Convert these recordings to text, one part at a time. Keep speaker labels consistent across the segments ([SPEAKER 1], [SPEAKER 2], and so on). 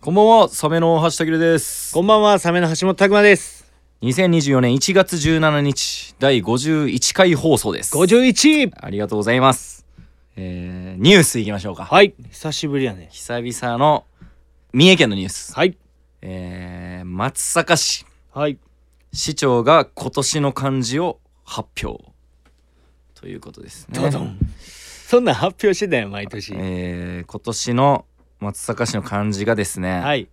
[SPEAKER 1] こんばんは、サメの橋武です。
[SPEAKER 2] こんばんは、サメの橋本拓馬です。
[SPEAKER 1] 2024年1月17日、第51回放送です。
[SPEAKER 2] 51!
[SPEAKER 1] ありがとうございます。えー、ニュースいきましょうか。
[SPEAKER 2] はい、久しぶりやね。
[SPEAKER 1] 久々の三重県のニュース。
[SPEAKER 2] はい。
[SPEAKER 1] えー、松阪市、
[SPEAKER 2] はい。
[SPEAKER 1] 市長が今年の漢字を発表。ということですね。
[SPEAKER 2] どどん。そんなん発表してたよ、毎年。
[SPEAKER 1] えー、今年の松阪市の漢字がですね、
[SPEAKER 2] はい。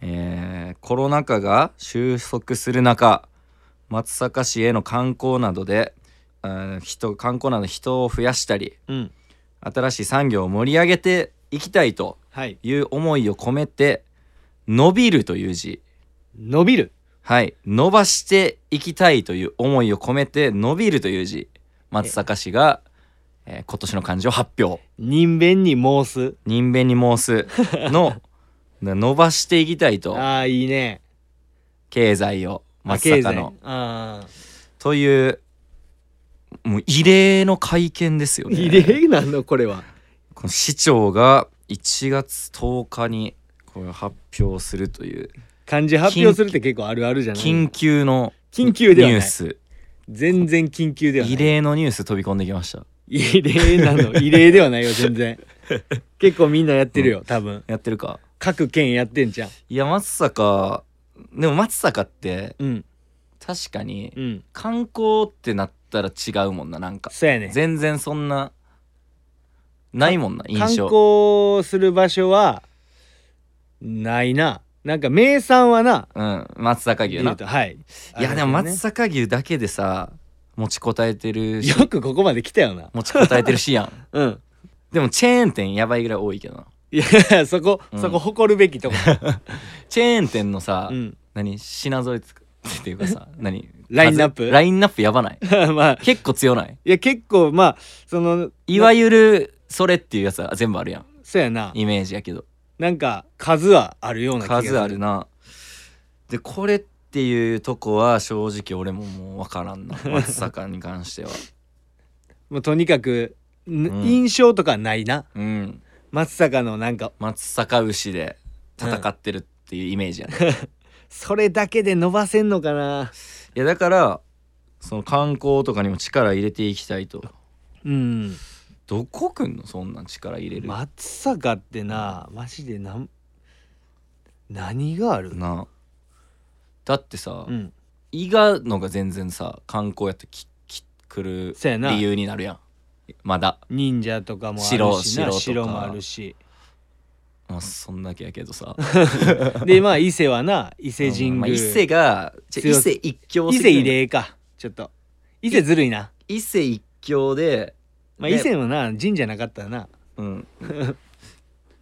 [SPEAKER 1] えーコロナ禍が収束する中松阪市への観光などで、うん人観光など人を増やしたり
[SPEAKER 2] うん。
[SPEAKER 1] 新しい産業を盛り上げていきたいと
[SPEAKER 2] はい。
[SPEAKER 1] いう思いを込めて「伸びる」という字
[SPEAKER 2] 伸びる。
[SPEAKER 1] はい伸ばしていきたいという思いを込めて「伸びる」という字松阪市が、えー今年の漢字を発表。
[SPEAKER 2] 人弁に申す。
[SPEAKER 1] 人弁に申すの な伸ばしていきたいと
[SPEAKER 2] ああ、いいね。
[SPEAKER 1] 経済を松
[SPEAKER 2] 経
[SPEAKER 1] 阪
[SPEAKER 2] 済
[SPEAKER 1] の。
[SPEAKER 2] ああ。
[SPEAKER 1] というもう異例の会見ですよね
[SPEAKER 2] 異例なの、これは。
[SPEAKER 1] この市長が1月10日にこれを発表するという
[SPEAKER 2] 漢字発表するって結構あるあるじゃない
[SPEAKER 1] 緊急の
[SPEAKER 2] 緊急では
[SPEAKER 1] ニ
[SPEAKER 2] な
[SPEAKER 1] ュー
[SPEAKER 2] い。
[SPEAKER 1] ス
[SPEAKER 2] 全然緊急ではない。
[SPEAKER 1] 異。例のニュース飛び込んできました
[SPEAKER 2] 異例な の。異例ではないよ、全然。結構みんなやってるよ、多分。
[SPEAKER 1] やってるか
[SPEAKER 2] 各県やってんじゃん。
[SPEAKER 1] いや松阪でも松阪って
[SPEAKER 2] うん。
[SPEAKER 1] 確かに
[SPEAKER 2] うん。
[SPEAKER 1] 観光ってなったら違うもんななんか
[SPEAKER 2] そうやね。
[SPEAKER 1] 全然そんなないもんな
[SPEAKER 2] 観
[SPEAKER 1] 印象
[SPEAKER 2] 光する場所はないななんか名産はな
[SPEAKER 1] うん松阪牛
[SPEAKER 2] 言
[SPEAKER 1] な
[SPEAKER 2] うとはい
[SPEAKER 1] いやでも
[SPEAKER 2] あれ
[SPEAKER 1] 松
[SPEAKER 2] です
[SPEAKER 1] 阪牛だけでさ持ちこたえてるし
[SPEAKER 2] よねよくここまで来たよな
[SPEAKER 1] 持ちこたえてるしやん
[SPEAKER 2] うん
[SPEAKER 1] でもチェーン店やばいぐらい多いけどない
[SPEAKER 2] や そこ、
[SPEAKER 1] うん
[SPEAKER 2] そこ誇るべきとこ、
[SPEAKER 1] チェーン店のさ、
[SPEAKER 2] うん、
[SPEAKER 1] 何品揃えつくっていうか さ何
[SPEAKER 2] ラインナップ
[SPEAKER 1] 数ラインナップやばない
[SPEAKER 2] まあ
[SPEAKER 1] 結構強ない
[SPEAKER 2] いや結構まあその
[SPEAKER 1] いわゆるそれっていうやつは全部あるやん
[SPEAKER 2] そうやな
[SPEAKER 1] イメージやけど
[SPEAKER 2] なんか数はあるような気がする
[SPEAKER 1] 数あるなでこれっていうとこは正直俺ももう分から んな松阪に関しては
[SPEAKER 2] もうとにか
[SPEAKER 1] う
[SPEAKER 2] く、ん
[SPEAKER 1] ん
[SPEAKER 2] 印象とかないな
[SPEAKER 1] うん
[SPEAKER 2] 松坂のなんか
[SPEAKER 1] 松阪牛で戦ってるっていうイメージやね
[SPEAKER 2] それだけで伸ばせんのかない
[SPEAKER 1] やだからその観光とかにも力入れていきたいと
[SPEAKER 2] うん
[SPEAKER 1] どこくんのそんなん力入れる、
[SPEAKER 2] 松坂ってなマジでなん何がある
[SPEAKER 1] なだってさ、
[SPEAKER 2] うん
[SPEAKER 1] 伊賀のが全然さ観光やってきき来る
[SPEAKER 2] そうやな
[SPEAKER 1] 理由になるやんまだ、
[SPEAKER 2] 忍者とかもあるしな
[SPEAKER 1] 白白とか
[SPEAKER 2] 白もあるし
[SPEAKER 1] まあ、そんだけやけどさ
[SPEAKER 2] でまあ伊勢はな伊勢神宮、
[SPEAKER 1] まあ伊勢がちょ伊
[SPEAKER 2] 強す
[SPEAKER 1] 勢一強
[SPEAKER 2] 伊
[SPEAKER 1] す
[SPEAKER 2] 勢
[SPEAKER 1] ぎる
[SPEAKER 2] 異例かちょっと伊勢ずるいな
[SPEAKER 1] 伊勢一強で、
[SPEAKER 2] まあ、
[SPEAKER 1] ね
[SPEAKER 2] 伊勢のな神社なかったらな
[SPEAKER 1] うん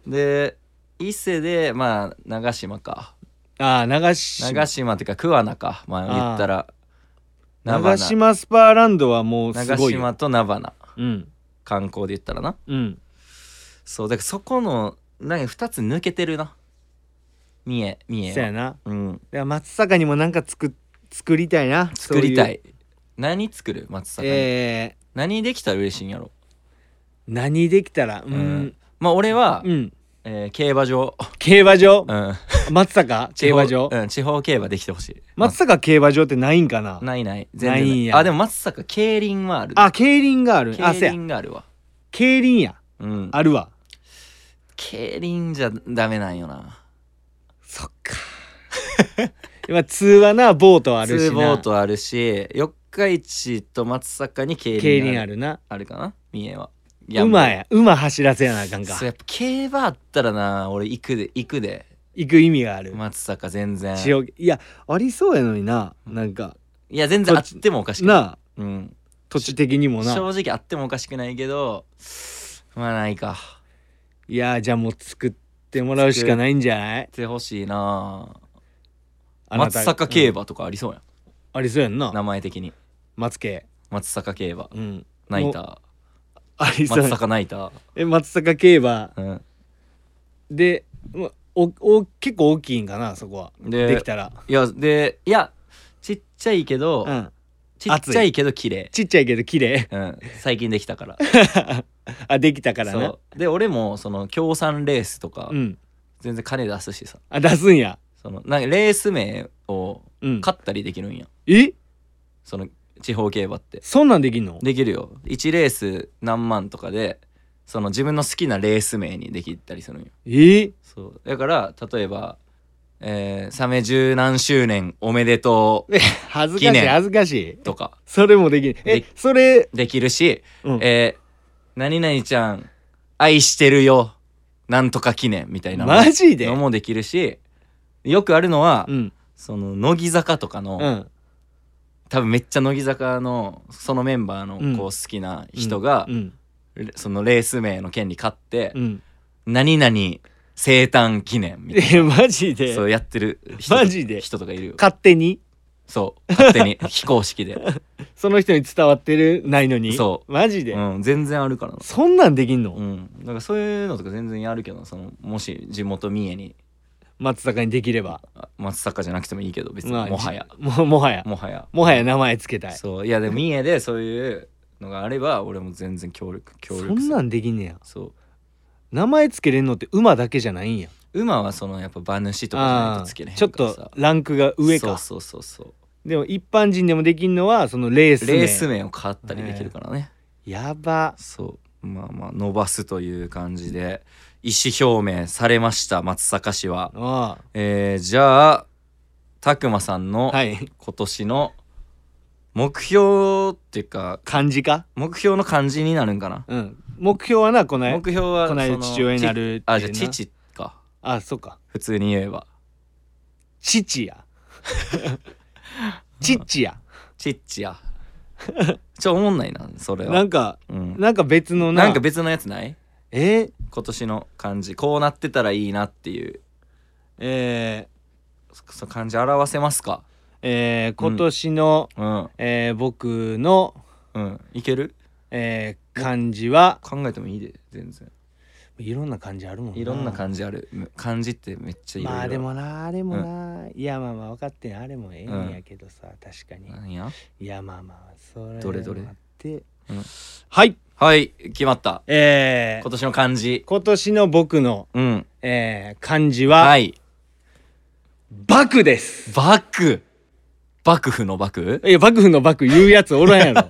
[SPEAKER 1] で伊勢でまあ長島か
[SPEAKER 2] ああ長島
[SPEAKER 1] 長島っていうか桑名かまあ
[SPEAKER 2] あー
[SPEAKER 1] 言ったら菜花
[SPEAKER 2] 長島スパーランドはもうす
[SPEAKER 1] 長
[SPEAKER 2] ごいよ
[SPEAKER 1] 島と菜花
[SPEAKER 2] うん
[SPEAKER 1] 観光で言ったらな
[SPEAKER 2] うん
[SPEAKER 1] そうだからそこのなんか2つ抜けてるな三重三
[SPEAKER 2] そう
[SPEAKER 1] 重は
[SPEAKER 2] やな
[SPEAKER 1] うん
[SPEAKER 2] で松坂にもなんか作作りたいな
[SPEAKER 1] 作りた
[SPEAKER 2] そうう
[SPEAKER 1] い何作る松坂に、
[SPEAKER 2] えー
[SPEAKER 1] 何できたら嬉しいんやろ
[SPEAKER 2] 何できたらう
[SPEAKER 1] うん
[SPEAKER 2] ん、
[SPEAKER 1] まあ俺は、
[SPEAKER 2] うん、
[SPEAKER 1] えー競馬場、
[SPEAKER 2] 競馬場
[SPEAKER 1] うん、
[SPEAKER 2] 松坂 競馬場
[SPEAKER 1] 地方うん、地方競馬できてほしい
[SPEAKER 2] 松坂競馬場ってないんかな
[SPEAKER 1] まないない全然
[SPEAKER 2] ないんや
[SPEAKER 1] あでも松坂競輪はある
[SPEAKER 2] あ競輪があるあせ
[SPEAKER 1] 競
[SPEAKER 2] や
[SPEAKER 1] 輪があるわ
[SPEAKER 2] 競輪や
[SPEAKER 1] うん
[SPEAKER 2] あるわ
[SPEAKER 1] 競輪じゃダメなんよな
[SPEAKER 2] そっ かまあ通話なボートあるしな
[SPEAKER 1] ツーボートあるし四日市と松坂に競輪
[SPEAKER 2] 競輪
[SPEAKER 1] あ
[SPEAKER 2] あ
[SPEAKER 1] る
[SPEAKER 2] るな
[SPEAKER 1] あるかな三重は
[SPEAKER 2] 馬や馬走らせやなあかんか
[SPEAKER 1] そうやっぱ競馬あったらな俺行くで行くで
[SPEAKER 2] 行く意味がある、
[SPEAKER 1] 松坂全然
[SPEAKER 2] しよういやありそうやのにななんか
[SPEAKER 1] いや全然あってもおかしくない、
[SPEAKER 2] なあ
[SPEAKER 1] うん、
[SPEAKER 2] 土地的にもな
[SPEAKER 1] 正直あってもおかしくないけどまあないか
[SPEAKER 2] いやじゃあもう作ってもらうしかないんじゃない
[SPEAKER 1] ってほしいな
[SPEAKER 2] あなた
[SPEAKER 1] 松坂競
[SPEAKER 2] うん
[SPEAKER 1] 馬とかありそうやん、
[SPEAKER 2] ありそうやんな
[SPEAKER 1] 名前的に
[SPEAKER 2] 松系
[SPEAKER 1] 松坂競馬
[SPEAKER 2] うん
[SPEAKER 1] ナイタ
[SPEAKER 2] あり
[SPEAKER 1] ー
[SPEAKER 2] そう
[SPEAKER 1] 松
[SPEAKER 2] やん
[SPEAKER 1] 坂ナイター、
[SPEAKER 2] え松坂競馬
[SPEAKER 1] うん、
[SPEAKER 2] でまおお結構大きいんかなそこは
[SPEAKER 1] で
[SPEAKER 2] できたら、
[SPEAKER 1] いやでいやちっちゃいけど、
[SPEAKER 2] うん、
[SPEAKER 1] ちっちゃいけど綺麗
[SPEAKER 2] ちっちゃいけど綺麗
[SPEAKER 1] うん、最近できたから
[SPEAKER 2] あできたから
[SPEAKER 1] そ
[SPEAKER 2] な
[SPEAKER 1] うで俺もその協賛レースとか、
[SPEAKER 2] うん
[SPEAKER 1] 全然金出すしさ
[SPEAKER 2] あ出すんや
[SPEAKER 1] そのなんかレース名を
[SPEAKER 2] うん
[SPEAKER 1] 買ったりできるんや、
[SPEAKER 2] え
[SPEAKER 1] その地方競馬って
[SPEAKER 2] そんなんできんの
[SPEAKER 1] できるよ1レース何万とかでその自分の好きなレース名にできたりするんよ
[SPEAKER 2] え
[SPEAKER 1] そうだから例えば、えーサメ十何周年おめでと
[SPEAKER 2] え恥ずか
[SPEAKER 1] 記
[SPEAKER 2] しい
[SPEAKER 1] 念」
[SPEAKER 2] 恥ずかしいう
[SPEAKER 1] とか
[SPEAKER 2] それもできんえ
[SPEAKER 1] で
[SPEAKER 2] それ、
[SPEAKER 1] できるし
[SPEAKER 2] うん
[SPEAKER 1] 「えー何々ちゃん愛してるよなんとか記念」みたいなのも
[SPEAKER 2] マジで
[SPEAKER 1] のもできるしよくあるのは、
[SPEAKER 2] うん
[SPEAKER 1] その乃木坂とかの、
[SPEAKER 2] うん
[SPEAKER 1] 多分めっちゃ乃木坂のそのメンバーの
[SPEAKER 2] うん
[SPEAKER 1] こう好きな人が、
[SPEAKER 2] うん
[SPEAKER 1] レそのレース名の権利買って
[SPEAKER 2] う、ん
[SPEAKER 1] 何々生誕記念みたい
[SPEAKER 2] えマジ
[SPEAKER 1] な
[SPEAKER 2] で
[SPEAKER 1] そうやってる人
[SPEAKER 2] マジで
[SPEAKER 1] 人とかいるよ
[SPEAKER 2] 勝手に
[SPEAKER 1] そう勝手 に非公式で、
[SPEAKER 2] その人に伝わってるないのに
[SPEAKER 1] そ
[SPEAKER 2] マジで、
[SPEAKER 1] うん、全然あるからな、
[SPEAKER 2] そんなんできんの、
[SPEAKER 1] うん、だからそういうのとか全然やるけどそのもし地元三重に
[SPEAKER 2] 松坂にできれば、
[SPEAKER 1] あ松坂じゃなくてもいいけど別に
[SPEAKER 2] まあ
[SPEAKER 1] もはや
[SPEAKER 2] じももはや
[SPEAKER 1] もはや
[SPEAKER 2] もはや名前つけたい
[SPEAKER 1] そういやでも三重でそういうのがあれば俺も全然協力協力
[SPEAKER 2] そんなんんできんねや
[SPEAKER 1] そう
[SPEAKER 2] 名前つけれんのって馬だけじゃないんや
[SPEAKER 1] 馬はそのやっぱ馬主とかじゃない
[SPEAKER 2] あ
[SPEAKER 1] とつけれ
[SPEAKER 2] ー
[SPEAKER 1] へん
[SPEAKER 2] ちょっ
[SPEAKER 1] から
[SPEAKER 2] と
[SPEAKER 1] さ
[SPEAKER 2] ランクが上か
[SPEAKER 1] そうそうそう
[SPEAKER 2] でも一般人でもできんのはそのレー
[SPEAKER 1] そ
[SPEAKER 2] ス
[SPEAKER 1] う
[SPEAKER 2] 名
[SPEAKER 1] レース名を買ったりできるからね
[SPEAKER 2] やば
[SPEAKER 1] そうまあまあ伸ばすという感じで意思表明されました松阪市は
[SPEAKER 2] あ
[SPEAKER 1] えーじゃあたくまさん
[SPEAKER 2] あ
[SPEAKER 1] の
[SPEAKER 2] はい
[SPEAKER 1] 今年の目標っていうか
[SPEAKER 2] 漢字か
[SPEAKER 1] 目標の感じになるんかな
[SPEAKER 2] うん目標はなこない
[SPEAKER 1] 目標は
[SPEAKER 2] こない
[SPEAKER 1] その
[SPEAKER 2] 父親になるっていう
[SPEAKER 1] ち
[SPEAKER 2] な
[SPEAKER 1] あじゃあ父か
[SPEAKER 2] あそっか
[SPEAKER 1] 普通に言えば
[SPEAKER 2] 父や父や
[SPEAKER 1] チッチやちょおもんないなそれは
[SPEAKER 2] なんか
[SPEAKER 1] うん、
[SPEAKER 2] なんか別のな
[SPEAKER 1] なんか別のやつない
[SPEAKER 2] えー
[SPEAKER 1] 今年の感じこうなってたらいいなっていう
[SPEAKER 2] え
[SPEAKER 1] そその感じ表せますか
[SPEAKER 2] ーえー今年の、
[SPEAKER 1] うん
[SPEAKER 2] えー僕の、
[SPEAKER 1] うんいける
[SPEAKER 2] えー漢字は
[SPEAKER 1] 考えてもいいで全然
[SPEAKER 2] いろんな漢字あるもんない
[SPEAKER 1] ろんな漢字あるむ漢字ってめっちゃいろいろ
[SPEAKER 2] まあでもなあれもな、いやまあまあ分かってんあれもええんやけどさ、確かに
[SPEAKER 1] 何や
[SPEAKER 2] いやまあまあそれ
[SPEAKER 1] どれどれ
[SPEAKER 2] もあって、
[SPEAKER 1] うん
[SPEAKER 2] はい
[SPEAKER 1] はい決まった
[SPEAKER 2] え
[SPEAKER 1] 今
[SPEAKER 2] ー、
[SPEAKER 1] 年の漢字
[SPEAKER 2] 今年の僕の、
[SPEAKER 1] うん
[SPEAKER 2] えー、漢字は、
[SPEAKER 1] はい
[SPEAKER 2] 幕府です
[SPEAKER 1] 幕幕府の幕
[SPEAKER 2] いや幕府の幕言うやつおらんや ろ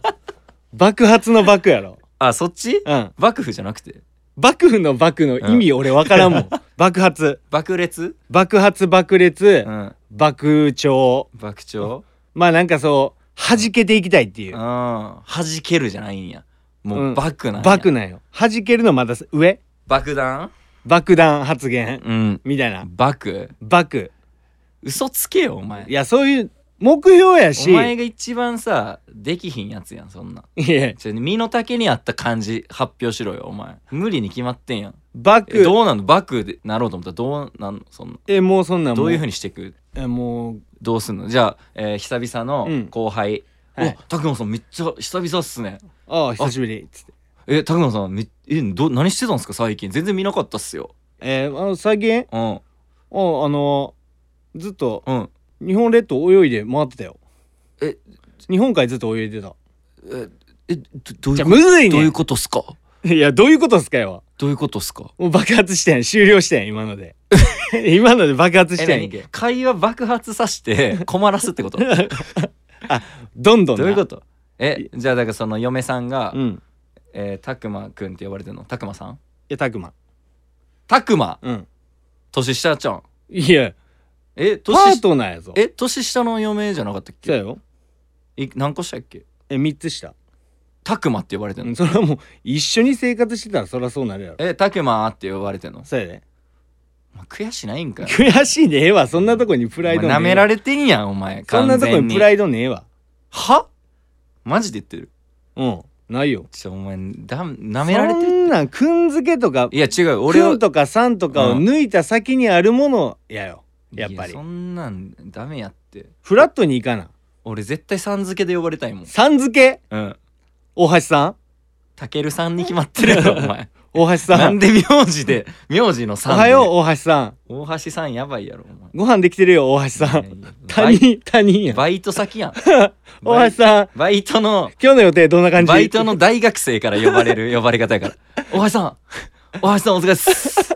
[SPEAKER 2] 爆発の爆やろ
[SPEAKER 1] あそっち
[SPEAKER 2] うん
[SPEAKER 1] 幕府じゃなくて
[SPEAKER 2] 幕府の幕の意味俺分からんもん、爆発
[SPEAKER 1] 爆裂
[SPEAKER 2] 爆発爆裂、
[SPEAKER 1] うん
[SPEAKER 2] 爆調
[SPEAKER 1] 爆鳥
[SPEAKER 2] まあなんかそう弾けていきたいっていうう、
[SPEAKER 1] ん弾けるじゃないんやも
[SPEAKER 2] う
[SPEAKER 1] うん爆なんや
[SPEAKER 2] 爆なんよ弾けるのまだ上
[SPEAKER 1] 爆弾
[SPEAKER 2] 爆弾発言
[SPEAKER 1] うん
[SPEAKER 2] みたいな
[SPEAKER 1] 爆
[SPEAKER 2] 爆
[SPEAKER 1] 嘘つけよお前
[SPEAKER 2] いやそういう目標や
[SPEAKER 1] お
[SPEAKER 2] し
[SPEAKER 1] 前が一番さできひんやつやんそんない
[SPEAKER 2] や
[SPEAKER 1] ちょ身の丈に合った感じ発表しろよお前無理に決まってんやんえ
[SPEAKER 2] 爆
[SPEAKER 1] どうなんのバクでなろうと思ったらどうなんのそんな
[SPEAKER 2] えもうそんなんも
[SPEAKER 1] どういうふうにしていく
[SPEAKER 2] えもう
[SPEAKER 1] どうすんのじゃあ、えー久々
[SPEAKER 2] うん
[SPEAKER 1] の後輩、
[SPEAKER 2] はい
[SPEAKER 1] おたくまさんめっちゃ久々っすね
[SPEAKER 2] ああ久しぶりっつって
[SPEAKER 1] えたくまさんめえど何してたんすか最近全然見なかったっすよ
[SPEAKER 2] えーあの最近
[SPEAKER 1] うん
[SPEAKER 2] ああのずっと
[SPEAKER 1] うん
[SPEAKER 2] 日本列島泳いで回ってたよ
[SPEAKER 1] え
[SPEAKER 2] 日本海ずっと泳いでた
[SPEAKER 1] ええどどういう
[SPEAKER 2] じゃあ
[SPEAKER 1] こと
[SPEAKER 2] むずい
[SPEAKER 1] どうい
[SPEAKER 2] ね
[SPEAKER 1] うことっすか
[SPEAKER 2] んいやどういうことっすかよ
[SPEAKER 1] どういうことっすか
[SPEAKER 2] もう爆発してん終了してん今ので 今ので爆発してん
[SPEAKER 1] 何会話爆発させて困らすってこと ど
[SPEAKER 2] どんどんな
[SPEAKER 1] ういうことえじゃあだからその嫁さんが、
[SPEAKER 2] うんい
[SPEAKER 1] えー、たくまくんって呼ばれてるのたくまさん
[SPEAKER 2] やたくま
[SPEAKER 1] たくま
[SPEAKER 2] うん
[SPEAKER 1] 年下ちゃん
[SPEAKER 2] いや
[SPEAKER 1] え
[SPEAKER 2] パ
[SPEAKER 1] 年
[SPEAKER 2] ー
[SPEAKER 1] 下
[SPEAKER 2] トナーやぞ
[SPEAKER 1] え年下の嫁じゃなかったっ
[SPEAKER 2] そう
[SPEAKER 1] け
[SPEAKER 2] やよ
[SPEAKER 1] い何個したっけ
[SPEAKER 2] え三つ下
[SPEAKER 1] たくまって呼ばれてん
[SPEAKER 2] う
[SPEAKER 1] の
[SPEAKER 2] んそれはもう一緒に生活してたらそりゃそうなるやろ
[SPEAKER 1] えたくまって呼ばれてんの
[SPEAKER 2] そうやで
[SPEAKER 1] お前悔しないんかよ
[SPEAKER 2] 悔しいねえわそんなとこ にプライド
[SPEAKER 1] お
[SPEAKER 2] ねえ
[SPEAKER 1] 前
[SPEAKER 2] わ
[SPEAKER 1] 舐められてんやんお前
[SPEAKER 2] そんなとこにプラ
[SPEAKER 1] イ
[SPEAKER 2] イドねえわ
[SPEAKER 1] はマジで言ってる
[SPEAKER 2] うんないよ
[SPEAKER 1] ちょお前だ舐められて
[SPEAKER 2] そ
[SPEAKER 1] る
[SPEAKER 2] んなんくんづけとか
[SPEAKER 1] いや違う俺
[SPEAKER 2] 俺
[SPEAKER 1] は
[SPEAKER 2] んとかさんとかを抜いた先にあるものやよやっぱ
[SPEAKER 1] い
[SPEAKER 2] り
[SPEAKER 1] そんなんダメやって
[SPEAKER 2] フラットにいかな
[SPEAKER 1] 俺絶対さん付けで呼ばれたいもん
[SPEAKER 2] さん付け
[SPEAKER 1] うん
[SPEAKER 2] 大橋さん
[SPEAKER 1] たけるさんに決まってるやろお前
[SPEAKER 2] 大橋 さ
[SPEAKER 1] なん
[SPEAKER 2] ん
[SPEAKER 1] で名字で名字の
[SPEAKER 2] お
[SPEAKER 1] さんで
[SPEAKER 2] はよう大橋さん
[SPEAKER 1] 大橋さんやばいやろお前
[SPEAKER 2] ご飯できてるよ大橋さ
[SPEAKER 1] いや
[SPEAKER 2] ん
[SPEAKER 1] いや
[SPEAKER 2] 他人他人や
[SPEAKER 1] バイト先やんバ
[SPEAKER 2] 大
[SPEAKER 1] イ
[SPEAKER 2] 橋さん
[SPEAKER 1] バイトの
[SPEAKER 2] 今日の予定どんな感じ
[SPEAKER 1] バイトの大 学生から呼ばれる呼ばれ方やから大橋さん大橋さんお疲れっす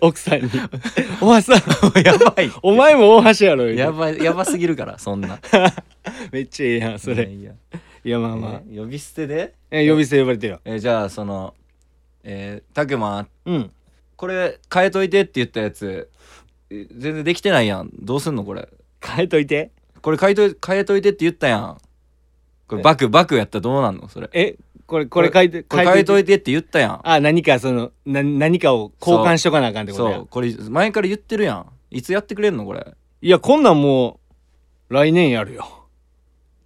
[SPEAKER 2] 奥さんに「おばさん
[SPEAKER 1] やばい
[SPEAKER 2] お前も大橋やろ」言うて
[SPEAKER 1] やばいやばすぎるからそんな
[SPEAKER 2] めっちゃええやんそれ
[SPEAKER 1] いやい
[SPEAKER 2] いやまあ
[SPEAKER 1] や
[SPEAKER 2] まあ
[SPEAKER 1] え呼び捨てで
[SPEAKER 2] え呼び捨て呼ばれてるよ
[SPEAKER 1] えじゃあそのえー、たくま
[SPEAKER 2] うん
[SPEAKER 1] これ変えといてって言ったやつえ全然できてないやんどうすんのこれ
[SPEAKER 2] 変えといて
[SPEAKER 1] これ変えとい変えといてって言ったやんこれ
[SPEAKER 2] え
[SPEAKER 1] バクバクやったらどうなんのそれ
[SPEAKER 2] えこれこれ変えて
[SPEAKER 1] これ変えとい
[SPEAKER 2] て
[SPEAKER 1] てって言ったやん
[SPEAKER 2] あ何かそのな何かを交換しとかなあかんってこと
[SPEAKER 1] そ
[SPEAKER 2] や
[SPEAKER 1] うこれ前から言ってるやんいつやってくれんのこれ
[SPEAKER 2] いやこんなんもう来年やるよ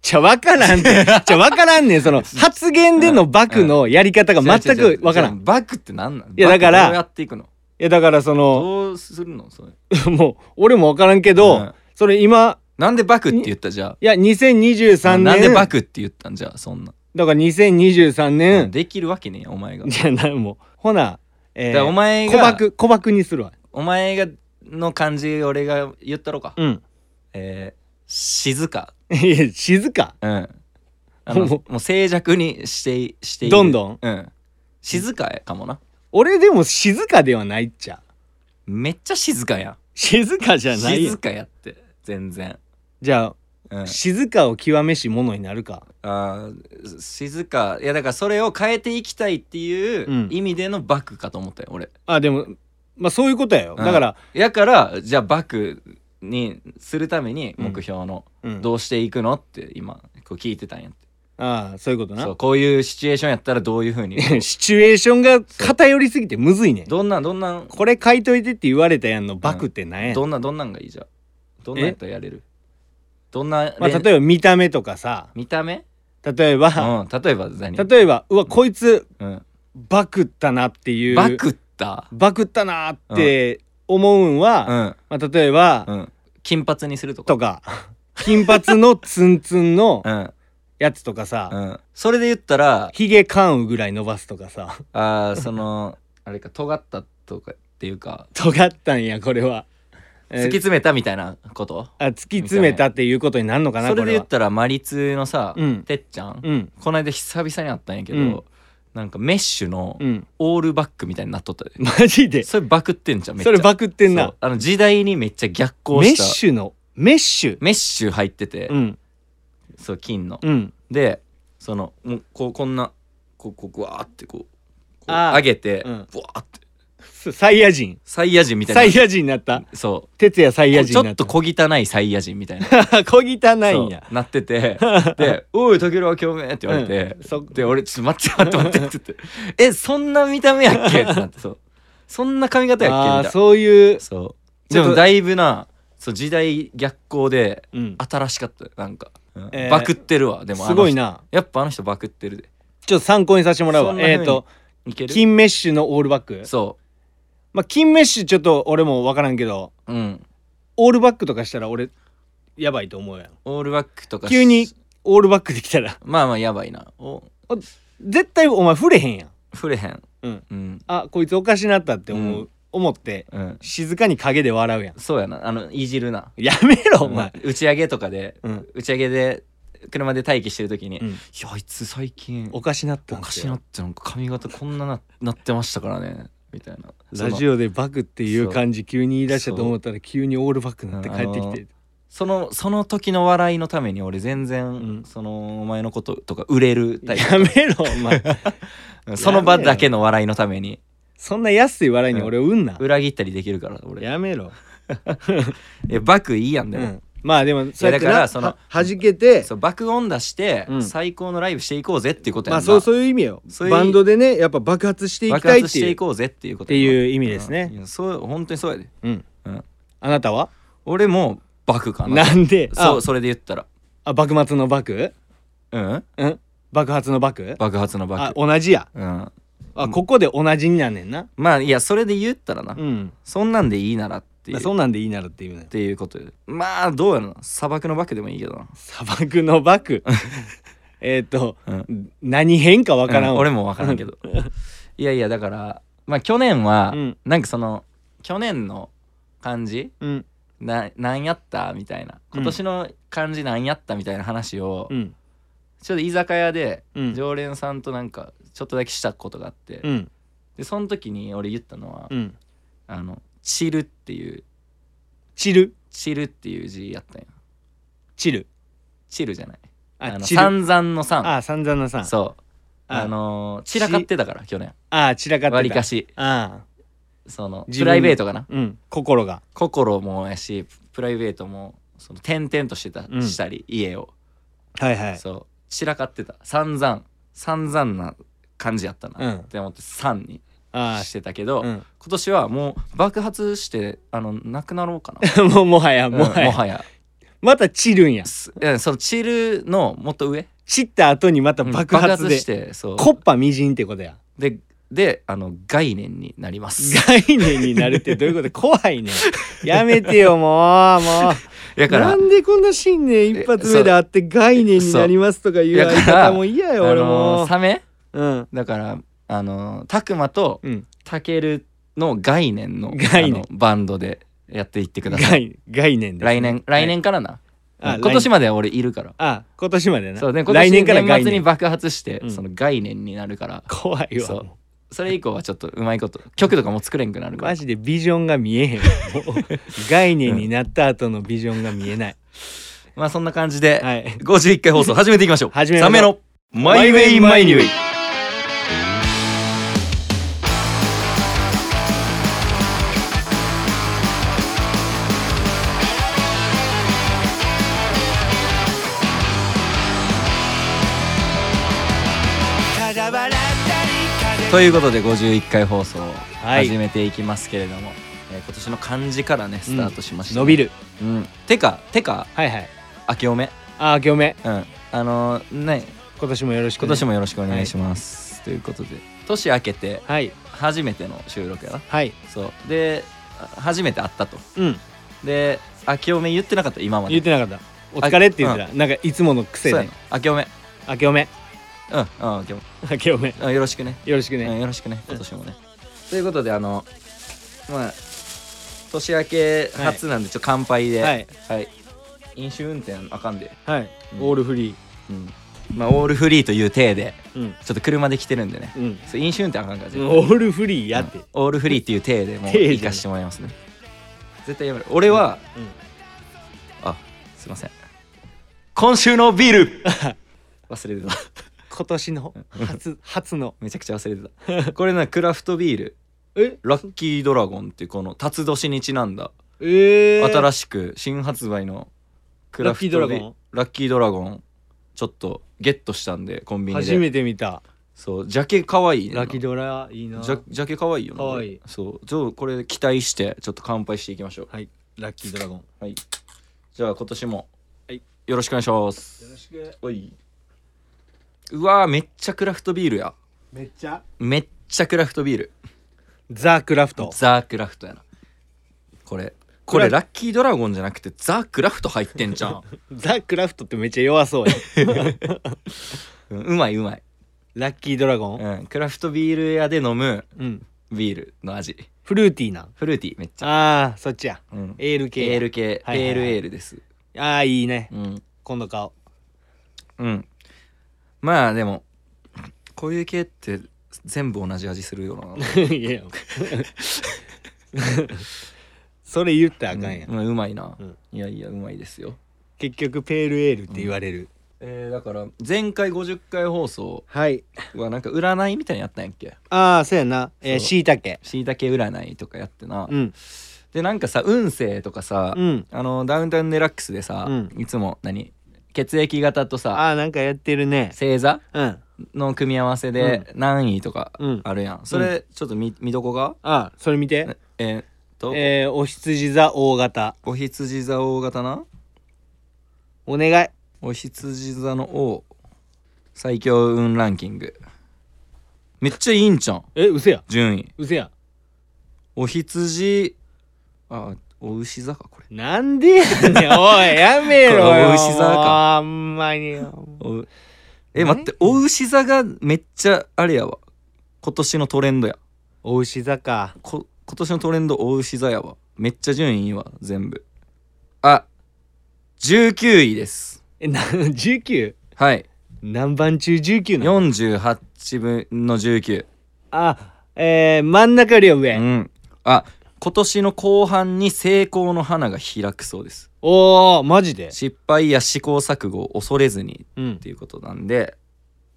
[SPEAKER 2] じゃ分からん ねんじゃ分からんねんその発言でのバクのやり方が全く分からんい
[SPEAKER 1] んバクってなんなん
[SPEAKER 2] いやだから
[SPEAKER 1] バクどうやっていくの
[SPEAKER 2] やだからその
[SPEAKER 1] どうするのそれ
[SPEAKER 2] もう俺も分からんけど、
[SPEAKER 1] うん
[SPEAKER 2] それ今
[SPEAKER 1] なんでバクって言ったじゃ
[SPEAKER 2] いや2023
[SPEAKER 1] あ
[SPEAKER 2] 年
[SPEAKER 1] なんでバクって言ったんじゃあそんな、
[SPEAKER 2] だから2023年、
[SPEAKER 1] できるわけねえよお前が
[SPEAKER 2] じゃあなもうほな、え
[SPEAKER 1] だからお前
[SPEAKER 2] 小
[SPEAKER 1] が
[SPEAKER 2] 爆小爆にするわ
[SPEAKER 1] お前がの感じ俺が言ったろか、
[SPEAKER 2] うん
[SPEAKER 1] えー、静か
[SPEAKER 2] いや静か
[SPEAKER 1] うんあの
[SPEAKER 2] も
[SPEAKER 1] もう静寂にしてしている
[SPEAKER 2] どんどん
[SPEAKER 1] うん静かやかもな
[SPEAKER 2] 俺でも静かではないっちゃ
[SPEAKER 1] めっちゃ静かやん
[SPEAKER 2] 静かじゃないや
[SPEAKER 1] 静
[SPEAKER 2] ん
[SPEAKER 1] かやって全然
[SPEAKER 2] じゃあ、
[SPEAKER 1] うん
[SPEAKER 2] 静かを極めし者になるか
[SPEAKER 1] あー静かいやだからそれを変えていきたいっていう
[SPEAKER 2] うん
[SPEAKER 1] 意味でのバクかと思ったよ俺
[SPEAKER 2] あでもまあそういうことやよ、
[SPEAKER 1] うん
[SPEAKER 2] だから、
[SPEAKER 1] やからじゃあバクにするために目標の
[SPEAKER 2] うん
[SPEAKER 1] どうしていくのって今こう聞いてたんやって
[SPEAKER 2] ああそういうことな
[SPEAKER 1] そうこういうシチュエーションやったらどういうふう に
[SPEAKER 2] シチュエーションが偏りすぎてむずいねん
[SPEAKER 1] どんなんどんなん
[SPEAKER 2] これ書いといてって言われたやんのバクってなんやねん
[SPEAKER 1] どんなんどんなんがいいじゃんどんなんやったらやれるどんな、
[SPEAKER 2] まあ、例
[SPEAKER 1] れ
[SPEAKER 2] え
[SPEAKER 1] ん
[SPEAKER 2] ば見た目とかさ
[SPEAKER 1] 見た目
[SPEAKER 2] 例え
[SPEAKER 1] う
[SPEAKER 2] ば、
[SPEAKER 1] ん例えば何、
[SPEAKER 2] 例えばうわこいつ
[SPEAKER 1] うん、
[SPEAKER 2] バクったなっていう
[SPEAKER 1] バクった
[SPEAKER 2] バクったなーって思うんは、
[SPEAKER 1] うん
[SPEAKER 2] まあ、例えば、
[SPEAKER 1] うん金髪にするとか
[SPEAKER 2] とか金髪のツンツンの
[SPEAKER 1] うん
[SPEAKER 2] やつとかさ、
[SPEAKER 1] うんそれで言ったら
[SPEAKER 2] ヒゲ関羽ぐらい伸ばすとかさ
[SPEAKER 1] あーそのあれか尖ったとかっていうか
[SPEAKER 2] 尖ったんやこれは、
[SPEAKER 1] 突
[SPEAKER 2] えー
[SPEAKER 1] き詰めたみたいなこと
[SPEAKER 2] あ突き詰めたっていうことになるのかな
[SPEAKER 1] それで言っ
[SPEAKER 2] こ
[SPEAKER 1] たらマリツのさ、
[SPEAKER 2] うん
[SPEAKER 1] てっちゃん、
[SPEAKER 2] れはうん
[SPEAKER 1] この間久々に会ったんやけど、
[SPEAKER 2] うん
[SPEAKER 1] なんかメッシュの
[SPEAKER 2] うん
[SPEAKER 1] オールバックみたいになっとったで、
[SPEAKER 2] マジで
[SPEAKER 1] それバクってんじゃんめっちゃ
[SPEAKER 2] それバクってん
[SPEAKER 1] そ
[SPEAKER 2] な
[SPEAKER 1] うあの時代にめっちゃ逆行
[SPEAKER 2] メッ
[SPEAKER 1] した
[SPEAKER 2] シュのメッシュ
[SPEAKER 1] メッシュ入ってて、
[SPEAKER 2] うん
[SPEAKER 1] そう金の、
[SPEAKER 2] うん
[SPEAKER 1] でそのもうこうこんなこうこうぐわーってこうこう
[SPEAKER 2] あー
[SPEAKER 1] 上げて、
[SPEAKER 2] う
[SPEAKER 1] うんわーって
[SPEAKER 2] そうサイヤ人
[SPEAKER 1] サイヤ人みた
[SPEAKER 2] サ
[SPEAKER 1] い
[SPEAKER 2] イ
[SPEAKER 1] な
[SPEAKER 2] ヤ人になった
[SPEAKER 1] そう
[SPEAKER 2] 哲也サイヤ
[SPEAKER 1] ち
[SPEAKER 2] 人
[SPEAKER 1] ょ
[SPEAKER 2] にな
[SPEAKER 1] っ
[SPEAKER 2] っ
[SPEAKER 1] と
[SPEAKER 2] た
[SPEAKER 1] 小汚いサイヤ人みたい な
[SPEAKER 2] 小汚いんや
[SPEAKER 1] そうなって てで「おいたけるは今日め」って言われて、
[SPEAKER 2] うんそ
[SPEAKER 1] で俺「ちょっと待って待って待って」 って言って「えそんな見た目やっけ?」ってなってそうそんな髪型や
[SPEAKER 2] あ
[SPEAKER 1] っ
[SPEAKER 2] ー
[SPEAKER 1] けみたい
[SPEAKER 2] そういう
[SPEAKER 1] な、そう
[SPEAKER 2] ち
[SPEAKER 1] で
[SPEAKER 2] ょっと
[SPEAKER 1] もだいぶなそう時代逆行で
[SPEAKER 2] うん、
[SPEAKER 1] 新しかったよなんか、うん
[SPEAKER 2] えー
[SPEAKER 1] バクってるわでもあの人
[SPEAKER 2] すごいな
[SPEAKER 1] やっぱあの人バクってるで
[SPEAKER 2] ちょっと参考にさせてもらう
[SPEAKER 1] そん
[SPEAKER 2] わ
[SPEAKER 1] な風
[SPEAKER 2] えっ、
[SPEAKER 1] に
[SPEAKER 2] と
[SPEAKER 1] いける
[SPEAKER 2] 金メッシュのオールバック
[SPEAKER 1] そ
[SPEAKER 2] まあ金メッシュちょっと俺も分からんけど
[SPEAKER 1] ううん
[SPEAKER 2] オールバックとかしたら俺やばいと思うやん
[SPEAKER 1] オールバックとかし
[SPEAKER 2] 急にオールバックできたら
[SPEAKER 1] まあまあやばいなお
[SPEAKER 2] 絶対お前触れへんやん
[SPEAKER 1] 触れへん
[SPEAKER 2] うん
[SPEAKER 1] うん
[SPEAKER 2] あこいつおかしなったって思う、
[SPEAKER 1] う
[SPEAKER 2] 思って
[SPEAKER 1] うん
[SPEAKER 2] 静かに陰で笑うやん
[SPEAKER 1] そうやなあのいじるな
[SPEAKER 2] やめろお前、
[SPEAKER 1] うん打ち上げとかで
[SPEAKER 2] うん
[SPEAKER 1] 打ち上げで車で待機してる時に「
[SPEAKER 2] うん
[SPEAKER 1] いやあいつ最近
[SPEAKER 2] お
[SPEAKER 1] お
[SPEAKER 2] かしなったん
[SPEAKER 1] か
[SPEAKER 2] す
[SPEAKER 1] し
[SPEAKER 2] よ
[SPEAKER 1] なってなんか髪型こんなななってましたからね」みたいな
[SPEAKER 2] ラジ
[SPEAKER 1] オ
[SPEAKER 2] オでバクっていう感じ急に言い出したと思ったら急にオールバックになって帰って
[SPEAKER 1] う
[SPEAKER 2] き
[SPEAKER 1] んあ
[SPEAKER 2] て
[SPEAKER 1] の、そのその時の笑いのために俺全然、
[SPEAKER 2] ん
[SPEAKER 1] そのお前のこととか売れるタイ
[SPEAKER 2] やめろお前
[SPEAKER 1] プその場だけの笑いのために
[SPEAKER 2] そんな安い笑いに俺をうんな、
[SPEAKER 1] 裏切ったりできるから俺
[SPEAKER 2] やめろ
[SPEAKER 1] えバクいいやんだ
[SPEAKER 2] う
[SPEAKER 1] よ、
[SPEAKER 2] ん、まあでもそうやって
[SPEAKER 1] いやだか
[SPEAKER 2] な
[SPEAKER 1] らその
[SPEAKER 2] は弾けて
[SPEAKER 1] そう爆音出して、
[SPEAKER 2] うん
[SPEAKER 1] 最高のライブしていこうぜっていうことや
[SPEAKER 2] ま
[SPEAKER 1] ん
[SPEAKER 2] あ
[SPEAKER 1] な
[SPEAKER 2] そうそういう意味よ
[SPEAKER 1] そういう
[SPEAKER 2] バンドでねやっぱ爆発していき
[SPEAKER 1] 爆
[SPEAKER 2] たい
[SPEAKER 1] 発
[SPEAKER 2] っ
[SPEAKER 1] してて
[SPEAKER 2] い
[SPEAKER 1] いうこうぜっていうこと
[SPEAKER 2] っていう意味ですね
[SPEAKER 1] うんいやそう本当にそうやで
[SPEAKER 2] うん
[SPEAKER 1] うん
[SPEAKER 2] あなたは
[SPEAKER 1] 俺もバクかな
[SPEAKER 2] なんで
[SPEAKER 1] そう
[SPEAKER 2] あ
[SPEAKER 1] それで言ったら
[SPEAKER 2] あ幕末の爆
[SPEAKER 1] うん
[SPEAKER 2] うん爆発の爆
[SPEAKER 1] 爆発の
[SPEAKER 2] あ
[SPEAKER 1] 爆
[SPEAKER 2] 同じや
[SPEAKER 1] うん
[SPEAKER 2] あここで同じになんねんな
[SPEAKER 1] まあいやそれで言ったらな、
[SPEAKER 2] うん
[SPEAKER 1] そんなんでいいならっていう
[SPEAKER 2] そんなんでいいならっていうね
[SPEAKER 1] っていうことでまあどうやろな砂漠のバクでもいいけどな
[SPEAKER 2] 砂漠の爆えっと
[SPEAKER 1] うん
[SPEAKER 2] 何変かわからん
[SPEAKER 1] うん
[SPEAKER 2] わ
[SPEAKER 1] 俺も分からんけどいやいやだからまあ去年は、
[SPEAKER 2] うん
[SPEAKER 1] なんかその去年の感じ
[SPEAKER 2] うん
[SPEAKER 1] ななんやったみたいな
[SPEAKER 2] うん
[SPEAKER 1] 今年の感じなんやったみたいな話を、
[SPEAKER 2] うん
[SPEAKER 1] ちょっと居酒屋で
[SPEAKER 2] うん
[SPEAKER 1] 常連さんとなんかちょっとだけしたことがあって、
[SPEAKER 2] うん
[SPEAKER 1] でその時に俺言ったのは、
[SPEAKER 2] うん
[SPEAKER 1] ああの散るっていう
[SPEAKER 2] チル
[SPEAKER 1] 散るっていう字やったんや
[SPEAKER 2] チル
[SPEAKER 1] 散るじゃないあ
[SPEAKER 2] あ
[SPEAKER 1] の
[SPEAKER 2] チル
[SPEAKER 1] 散々の散
[SPEAKER 2] あ散々なさん
[SPEAKER 1] そう
[SPEAKER 2] あ
[SPEAKER 1] あのー散らかってたから去年
[SPEAKER 2] あ散らかってた
[SPEAKER 1] わりかし
[SPEAKER 2] あ
[SPEAKER 1] その
[SPEAKER 2] 自
[SPEAKER 1] プ
[SPEAKER 2] 分
[SPEAKER 1] ライベートかな
[SPEAKER 2] うん心が
[SPEAKER 1] 心もやしプライベートもその転々としてた、
[SPEAKER 2] うん
[SPEAKER 1] したり家を、
[SPEAKER 2] はいはい
[SPEAKER 1] そう散らかってた散々散々な感じやったな、
[SPEAKER 2] うん
[SPEAKER 1] って思って散に
[SPEAKER 2] あ
[SPEAKER 1] してたけど、
[SPEAKER 2] うん
[SPEAKER 1] 今年はもう爆発してあのなくなろうかな
[SPEAKER 2] もうもはや もは
[SPEAKER 1] うん
[SPEAKER 2] や
[SPEAKER 1] もはや
[SPEAKER 2] また散るんや
[SPEAKER 1] すうんそのチルのもっと上
[SPEAKER 2] 散った後にまた爆発で
[SPEAKER 1] してそう
[SPEAKER 2] コッパみじんってことや
[SPEAKER 1] でであの概念になります
[SPEAKER 2] 概念になるってどういうこと怖 いねやめてよもうもう
[SPEAKER 1] だから
[SPEAKER 2] なんでこんな新年一発目であって概念になりますとかいう
[SPEAKER 1] そう
[SPEAKER 2] 相方も嫌
[SPEAKER 1] あ
[SPEAKER 2] よ俺
[SPEAKER 1] の
[SPEAKER 2] も
[SPEAKER 1] サメ
[SPEAKER 2] うん
[SPEAKER 1] だからあの拓磨と
[SPEAKER 2] うん
[SPEAKER 1] タケルの概念の
[SPEAKER 2] 概念
[SPEAKER 1] あのバンドでやっていってください
[SPEAKER 2] 概概念ですね
[SPEAKER 1] 来年来年からな、
[SPEAKER 2] はいあ
[SPEAKER 1] うん今年
[SPEAKER 2] 来
[SPEAKER 1] までは俺いるから
[SPEAKER 2] あ今年までな
[SPEAKER 1] そうで今
[SPEAKER 2] 来
[SPEAKER 1] 年
[SPEAKER 2] 年から
[SPEAKER 1] 年
[SPEAKER 2] 概
[SPEAKER 1] 末に
[SPEAKER 2] 念
[SPEAKER 1] 爆発して、
[SPEAKER 2] うん
[SPEAKER 1] その概念になるから
[SPEAKER 2] 怖い
[SPEAKER 1] そ
[SPEAKER 2] わ
[SPEAKER 1] うそれ以降はちょっとうまいこと曲とかも作れんくなるから
[SPEAKER 2] マジでビジョンが見えへんもう概念になった後のビジョンが見えない
[SPEAKER 1] まあそんな感じで、
[SPEAKER 2] はい
[SPEAKER 1] 51回放送始めていきましょう
[SPEAKER 2] 始めま
[SPEAKER 1] サ
[SPEAKER 2] しょう
[SPEAKER 1] メのマイウェイマイニュイということで51回放送を
[SPEAKER 2] い
[SPEAKER 1] 始めていきますけれども、えー今年の漢字からねスタートしました、
[SPEAKER 2] 伸び、る
[SPEAKER 1] うん、てかてか
[SPEAKER 2] はいはい
[SPEAKER 1] 明けおめ
[SPEAKER 2] あ今日め
[SPEAKER 1] うんあのーね
[SPEAKER 2] 今年もよろしく、ね、
[SPEAKER 1] 今年もよろしくお願いします、ということで年明けて
[SPEAKER 2] はい
[SPEAKER 1] 初めての収録やな
[SPEAKER 2] はい
[SPEAKER 1] そうであ初めて会ったと
[SPEAKER 2] うん
[SPEAKER 1] で明けおめ言ってなかった今まで
[SPEAKER 2] 言ってなかったお疲れって言ってた、なんかいつもの癖
[SPEAKER 1] そうや
[SPEAKER 2] で
[SPEAKER 1] な明けおめ
[SPEAKER 2] 明けお め
[SPEAKER 1] うんうん明けおめ
[SPEAKER 2] 明けおめ
[SPEAKER 1] うんよろしくね
[SPEAKER 2] よろしく
[SPEAKER 1] うん
[SPEAKER 2] ね、
[SPEAKER 1] よろしくね今年もね、ということであのまあ年明け初なんでちょっと乾杯で
[SPEAKER 2] はい
[SPEAKER 1] はい飲酒運転あかんで、
[SPEAKER 2] はい、
[SPEAKER 1] うん
[SPEAKER 2] オールフリ
[SPEAKER 1] うんまあ、オールフリーという体で
[SPEAKER 2] ーうん
[SPEAKER 1] ちょっと車で来てるんでね
[SPEAKER 2] うん
[SPEAKER 1] そう飲酒運転あかんから絶対
[SPEAKER 2] オールフリーやって、
[SPEAKER 1] うんオールフリーっていう体でもう
[SPEAKER 2] 体で
[SPEAKER 1] 行かしてもらいますね絶対やめる俺は
[SPEAKER 2] うん
[SPEAKER 1] あすいません今週のビー ル忘れてた
[SPEAKER 2] 今年の初初の
[SPEAKER 1] めちゃくちゃ忘れてたこれなクラフトビール
[SPEAKER 2] え
[SPEAKER 1] ラッキードラゴンっていうこの辰年にちなんだ
[SPEAKER 2] えー、
[SPEAKER 1] 新しく新発売のクラフトビ
[SPEAKER 2] ラッキードラゴン
[SPEAKER 1] ラッキードラゴンちょっとゲットしたんでコンビニ
[SPEAKER 2] 初
[SPEAKER 1] で
[SPEAKER 2] めて見た
[SPEAKER 1] そうジャケ可愛いねんな
[SPEAKER 2] ラキドラいいな
[SPEAKER 1] ジャジャケ可愛いよな
[SPEAKER 2] 可愛い
[SPEAKER 1] そうちょこれ期待してちょっと乾杯していきましょう
[SPEAKER 2] はいラッキードラゴン
[SPEAKER 1] はい。じゃあ今年も、
[SPEAKER 2] はい
[SPEAKER 1] よろしくお願いします。
[SPEAKER 2] よろしく
[SPEAKER 1] おいうわーめっちゃクラフトビールや。
[SPEAKER 2] めっちゃ
[SPEAKER 1] めっちゃクラフトビール。
[SPEAKER 2] ザ・クラフト
[SPEAKER 1] ザクラフトやな。これ。これラッキードラゴンじゃなくてザ・クラフト入ってんじゃ ん、
[SPEAKER 2] ザ・クラフトってめっちゃ弱そうや
[SPEAKER 1] うんうまいうまい、
[SPEAKER 2] ラッキードラゴン
[SPEAKER 1] うん、クラフトビール屋で飲む
[SPEAKER 2] うん
[SPEAKER 1] ビールの味
[SPEAKER 2] フルーティーな
[SPEAKER 1] フルーティーめっちゃ、
[SPEAKER 2] あーそっちや
[SPEAKER 1] うん、
[SPEAKER 2] エール系
[SPEAKER 1] エール系、
[SPEAKER 2] はいはいはい
[SPEAKER 1] ペールエールです
[SPEAKER 2] あーいいね
[SPEAKER 1] うん
[SPEAKER 2] 今度買おう
[SPEAKER 1] うんまあでもこういう系って全部同じ味するよない
[SPEAKER 2] やそれ言ったらあかんや、
[SPEAKER 1] うん、うまいな、
[SPEAKER 2] うん
[SPEAKER 1] いやいやうまいですよ
[SPEAKER 2] 結局ペールエールって言われる、
[SPEAKER 1] えー、だから前回50回放送
[SPEAKER 2] はい
[SPEAKER 1] はなんか占いみたいにやったんやっけ
[SPEAKER 2] ああそうやなえー
[SPEAKER 1] そう
[SPEAKER 2] しいたけ
[SPEAKER 1] しいたけ占いとかやってな、
[SPEAKER 2] うん
[SPEAKER 1] でなんかさ運勢とかさ、
[SPEAKER 2] うん
[SPEAKER 1] あのダウンタウンデラックスでさ、
[SPEAKER 2] うん
[SPEAKER 1] いつも何血液型とさ
[SPEAKER 2] ああなんかやってるね
[SPEAKER 1] 星座
[SPEAKER 2] うん
[SPEAKER 1] の組み合わせで何位とか
[SPEAKER 2] うん
[SPEAKER 1] あるやん、それちょっと見見どこが
[SPEAKER 2] ああそれ見て
[SPEAKER 1] ええーっと、
[SPEAKER 2] えー、お羊座大型
[SPEAKER 1] おひつじ座大型な
[SPEAKER 2] お願い
[SPEAKER 1] おひつじ座の王最強運ランキングめっちゃいいんちゃん
[SPEAKER 2] えうせや
[SPEAKER 1] 順位
[SPEAKER 2] うせや
[SPEAKER 1] お羊あお牛座かこれ
[SPEAKER 2] なんでやねんおいやめろよ
[SPEAKER 1] これお牛座か
[SPEAKER 2] もうあんまに
[SPEAKER 1] おうえ待ってお牛座がめっちゃあれやわ今年のトレンドや
[SPEAKER 2] お牛座か
[SPEAKER 1] こ今年のトレンドお牛座やわめっちゃ順位いいわ全部あ19位です
[SPEAKER 2] えな 19?
[SPEAKER 1] はい
[SPEAKER 2] 何番中19なの
[SPEAKER 1] 48分の19
[SPEAKER 2] あえー、真ん中よりは
[SPEAKER 1] う
[SPEAKER 2] 上
[SPEAKER 1] んあ今年の後半に成功の花が開くそうです
[SPEAKER 2] おおマジで
[SPEAKER 1] 失敗や試行錯誤を恐れずに
[SPEAKER 2] うん
[SPEAKER 1] っていうことなんで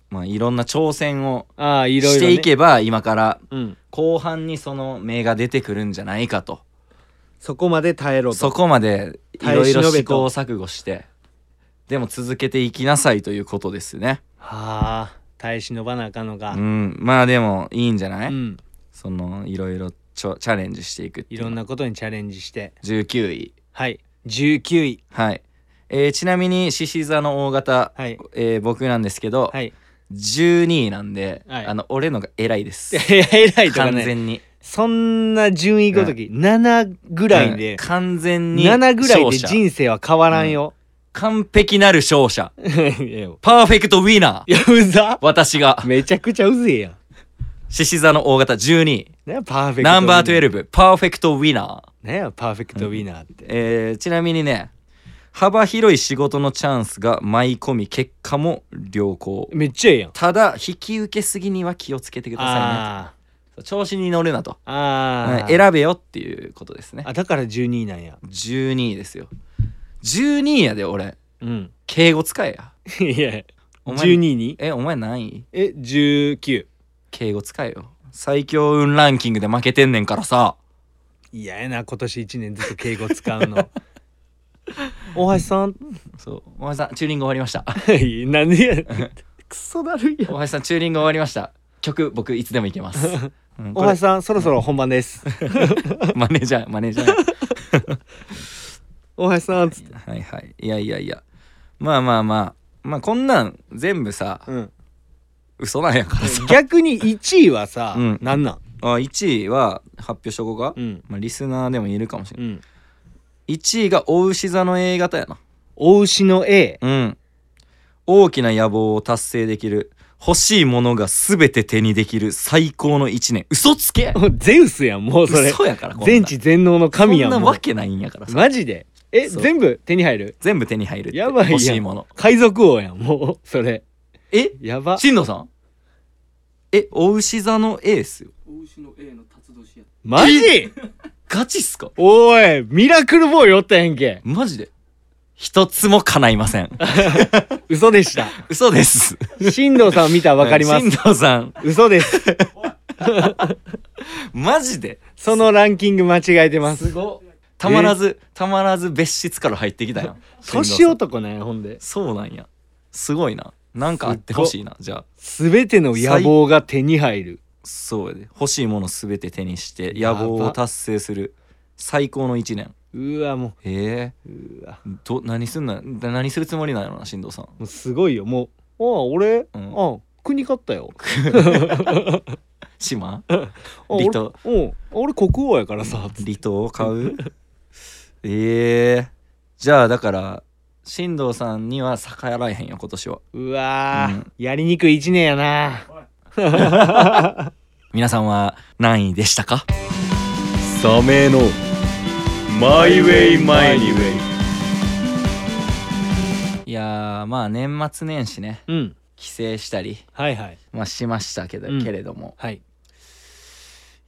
[SPEAKER 1] まあいろんな挑戦を
[SPEAKER 2] ああいろい
[SPEAKER 1] し
[SPEAKER 2] ろ、ね、
[SPEAKER 1] ていけば今から
[SPEAKER 2] うん
[SPEAKER 1] 後半にその芽が出てくるんじゃないかと
[SPEAKER 2] そこまで耐えろと
[SPEAKER 1] そこまでい
[SPEAKER 2] 耐え
[SPEAKER 1] ろいろ
[SPEAKER 2] 忍
[SPEAKER 1] 試
[SPEAKER 2] べ
[SPEAKER 1] 行
[SPEAKER 2] と
[SPEAKER 1] 錯誤してでも続けていきなさいということですね
[SPEAKER 2] はあ耐え忍ばなあかんのか
[SPEAKER 1] うんまあでもいいんじゃな
[SPEAKER 2] う
[SPEAKER 1] い、
[SPEAKER 2] ん
[SPEAKER 1] そのいろいろちょチャレンジしていくって
[SPEAKER 2] い
[SPEAKER 1] いうの
[SPEAKER 2] ろんなことにチャレンジして
[SPEAKER 1] 19位
[SPEAKER 2] はい19位
[SPEAKER 1] はい、えーちなみに獅子座の大型、
[SPEAKER 2] はい
[SPEAKER 1] えー僕なんですけど、
[SPEAKER 2] はい
[SPEAKER 1] 12位なんで、
[SPEAKER 2] はい
[SPEAKER 1] あの俺のが偉いです
[SPEAKER 2] えらいとか
[SPEAKER 1] 完
[SPEAKER 2] ね
[SPEAKER 1] 全に
[SPEAKER 2] そんな順位ごとき7ぐらい
[SPEAKER 1] うん
[SPEAKER 2] で
[SPEAKER 1] 完全に
[SPEAKER 2] 7ぐらいで
[SPEAKER 1] 勝者
[SPEAKER 2] 人生は変わらんよ
[SPEAKER 1] 完璧なる勝者
[SPEAKER 2] いや い
[SPEAKER 1] パーフェクトウィナー
[SPEAKER 2] やうざ
[SPEAKER 1] 私が
[SPEAKER 2] めちゃくちゃうぜえやん
[SPEAKER 1] 獅子座の大型12位
[SPEAKER 2] なんやパーフェクト
[SPEAKER 1] ナンバー
[SPEAKER 2] ル
[SPEAKER 1] 12パーフェクトウィナー、
[SPEAKER 2] なんやパーフェクトウィナーって
[SPEAKER 1] えーちなみにね幅広い仕事のチャンスが舞い込み結果も良好
[SPEAKER 2] めっちゃええやん
[SPEAKER 1] ただ引き受けすぎには気をつけてくださ
[SPEAKER 2] あ
[SPEAKER 1] いね調子に乗るなと、
[SPEAKER 2] ーあ
[SPEAKER 1] うん
[SPEAKER 2] ー
[SPEAKER 1] 選べよっていうことですね
[SPEAKER 2] あだから12位なんや
[SPEAKER 1] 12位ですよ12位やで俺
[SPEAKER 2] うん
[SPEAKER 1] 敬語使えや
[SPEAKER 2] いや
[SPEAKER 1] お前
[SPEAKER 2] 12位に
[SPEAKER 1] えお前何位
[SPEAKER 2] え19
[SPEAKER 1] 敬語使えよ最強運ランキングで負けてんねんからさ
[SPEAKER 2] 嫌やな今年1年ずっと敬語使うの 大橋さん
[SPEAKER 1] そうお前さんチューニング終わりました
[SPEAKER 2] なんでやクソだるいやん
[SPEAKER 1] お前さんチューニング終わりました曲僕いつでもいけ ます、うんこれ
[SPEAKER 2] 大橋さんそろそろ本番です
[SPEAKER 1] マネージャーマネージャー
[SPEAKER 2] 大橋さんつって
[SPEAKER 1] はいはいいやいやいやまあまあまあまあこんなん全部さ
[SPEAKER 2] うん
[SPEAKER 1] 嘘なんやからさ、
[SPEAKER 2] 逆に1位はさ
[SPEAKER 1] うん
[SPEAKER 2] なんなん
[SPEAKER 1] あ1位は発表しとこうか、
[SPEAKER 2] うん
[SPEAKER 1] まあ、リスナーでもいるかもしれ
[SPEAKER 2] う
[SPEAKER 1] ない、
[SPEAKER 2] ん
[SPEAKER 1] 1位がお牛座の A 型やな
[SPEAKER 2] お牛の A
[SPEAKER 1] うん大きな野望を達成できる欲しいものが全て手にできる最高の1年嘘つけ
[SPEAKER 2] ゼウスやんもうそれ
[SPEAKER 1] 嘘やからこんなん
[SPEAKER 2] 全知全能の神やん
[SPEAKER 1] そんな
[SPEAKER 2] もう
[SPEAKER 1] わけないんやからさ
[SPEAKER 2] マジでえ
[SPEAKER 1] そう
[SPEAKER 2] 全部手に入る
[SPEAKER 1] 全部手に入るって
[SPEAKER 2] やばいやん
[SPEAKER 1] 欲しいもの
[SPEAKER 2] 海賊王やんもうそれ
[SPEAKER 1] え
[SPEAKER 2] やば
[SPEAKER 1] しんのさんえお牛座の A っすよ
[SPEAKER 3] 大牛の A の辰年や
[SPEAKER 2] マジ
[SPEAKER 1] ガチっすか
[SPEAKER 2] おいミラクルボーイおったやんけ
[SPEAKER 1] マジで一つも叶いま せん
[SPEAKER 2] 嘘で した
[SPEAKER 1] 嘘です
[SPEAKER 2] 進藤さんを見たらわかります
[SPEAKER 1] 進藤さん
[SPEAKER 2] 嘘です
[SPEAKER 1] マジで
[SPEAKER 2] そのランキング間違えてます
[SPEAKER 1] ごたまらずたまらず別室から入ってきたよ
[SPEAKER 2] 年男なんやほんで
[SPEAKER 1] そうなんやすごいななんかあってほしいなじゃあ
[SPEAKER 2] 全ての野望が手に入る
[SPEAKER 1] そうやで欲しいもの全て手にして野望を達成する最高の1年
[SPEAKER 2] うわも
[SPEAKER 1] え
[SPEAKER 2] ううわ
[SPEAKER 1] ー、ど何すんなだ何するつもりなんやろな進藤さん
[SPEAKER 2] もうすごいよもうああ俺、
[SPEAKER 1] う
[SPEAKER 2] うんん、ああ国勝ったよ
[SPEAKER 1] 島
[SPEAKER 2] あ俺
[SPEAKER 1] 離島
[SPEAKER 2] うんあ俺国王やからさつって
[SPEAKER 1] 離島を買うええじゃあだから進藤さんには逆らえへんよ今年は
[SPEAKER 2] うわー
[SPEAKER 1] うん
[SPEAKER 2] やりにくい一年やな
[SPEAKER 1] 皆さんは何位でしたか
[SPEAKER 2] サメの
[SPEAKER 1] マイウェイマイウ
[SPEAKER 2] ェイ
[SPEAKER 1] いやーまあ年末年始ね
[SPEAKER 2] うん
[SPEAKER 1] 帰省したり、
[SPEAKER 2] はいはい
[SPEAKER 1] まあ、しましたけど、
[SPEAKER 2] うん
[SPEAKER 1] けれども
[SPEAKER 2] はい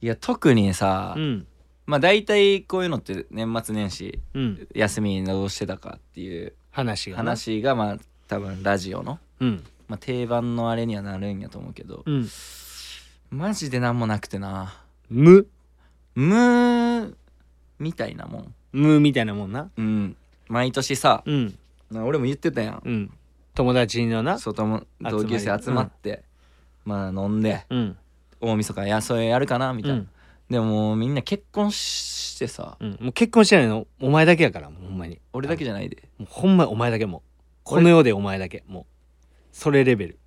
[SPEAKER 1] いや特にさ、
[SPEAKER 2] うん
[SPEAKER 1] まあ大体こういうのって年末年始
[SPEAKER 2] うん
[SPEAKER 1] 休みにどうしてたかっていう
[SPEAKER 2] 話がな
[SPEAKER 1] 話がまあ多分ラジオの、
[SPEAKER 2] うん
[SPEAKER 1] まあ、定番のあれにはなるんやと思うけど
[SPEAKER 2] うん
[SPEAKER 1] マジで何もなくてな
[SPEAKER 2] 無
[SPEAKER 1] むーみたいなもん
[SPEAKER 2] 無みたいなもんな
[SPEAKER 1] うん毎年さ
[SPEAKER 2] うん
[SPEAKER 1] な俺も言ってたやん
[SPEAKER 2] うん友達のな
[SPEAKER 1] 外も
[SPEAKER 2] まり
[SPEAKER 1] 同級生集まってまあ飲んで
[SPEAKER 2] うん
[SPEAKER 1] 大晦日いやそれやるかなみ
[SPEAKER 2] み
[SPEAKER 1] たいなでももうみんな結婚してさ
[SPEAKER 2] うん、もう結婚してないのお前だけやからもうほんまに
[SPEAKER 1] 俺だけ
[SPEAKER 2] じ
[SPEAKER 1] じゃないで
[SPEAKER 2] ゃもうほんまにお前だけもうこの世でお前だけもうそれレベル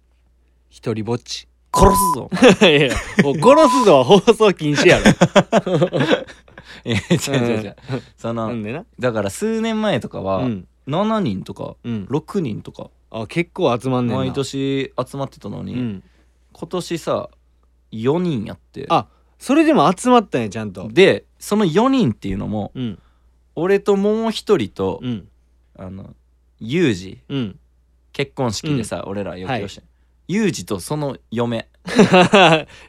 [SPEAKER 2] 一人ぼっち
[SPEAKER 1] 殺すぞお前
[SPEAKER 2] いやいやもう殺すぞは放送禁止やろ
[SPEAKER 1] いや 違う違う違うそ
[SPEAKER 2] な
[SPEAKER 1] の
[SPEAKER 2] んでな
[SPEAKER 1] だから数年前とか
[SPEAKER 2] う
[SPEAKER 1] は
[SPEAKER 2] ん
[SPEAKER 1] 7人とか
[SPEAKER 2] うん
[SPEAKER 1] 6人とか
[SPEAKER 2] あ結構集まんねんな
[SPEAKER 1] 毎年集まってたの
[SPEAKER 2] う
[SPEAKER 1] に
[SPEAKER 2] ん
[SPEAKER 1] 今年さ4人やって
[SPEAKER 2] あそれでも集まったんやちゃんと
[SPEAKER 1] でその4人っていうのも
[SPEAKER 2] うん
[SPEAKER 1] 俺ともう一人と
[SPEAKER 2] うん
[SPEAKER 1] あのユージ
[SPEAKER 2] うん
[SPEAKER 1] 結婚式でさ、俺ら余興して、ユージとその嫁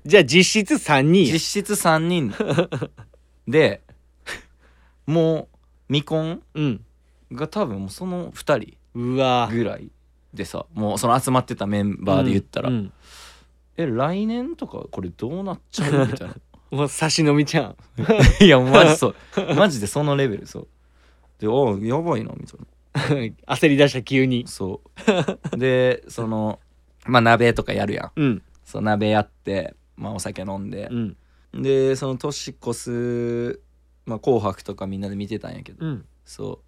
[SPEAKER 2] じゃあ実質3人や
[SPEAKER 1] 実質3人でもう未婚
[SPEAKER 2] うん
[SPEAKER 1] が多分もうその2
[SPEAKER 2] うわ
[SPEAKER 1] 人ぐらいでさもうその集まってたメンバーで言ったら、
[SPEAKER 2] うん
[SPEAKER 1] え来年とかこれどうなっちゃうみたいな
[SPEAKER 2] うんもう差し飲みちゃん
[SPEAKER 1] いやマジそうマジでそのレベルそうでおうやばいなみたいな
[SPEAKER 2] 焦り出した急に
[SPEAKER 1] そうでそのまあ鍋とかやるやん
[SPEAKER 2] うん
[SPEAKER 1] そう鍋やって、まあ、お酒飲んで
[SPEAKER 2] う、ん
[SPEAKER 1] でその年越す、まあ、紅白とかみんなで見てたんやけど、
[SPEAKER 2] うん
[SPEAKER 1] そ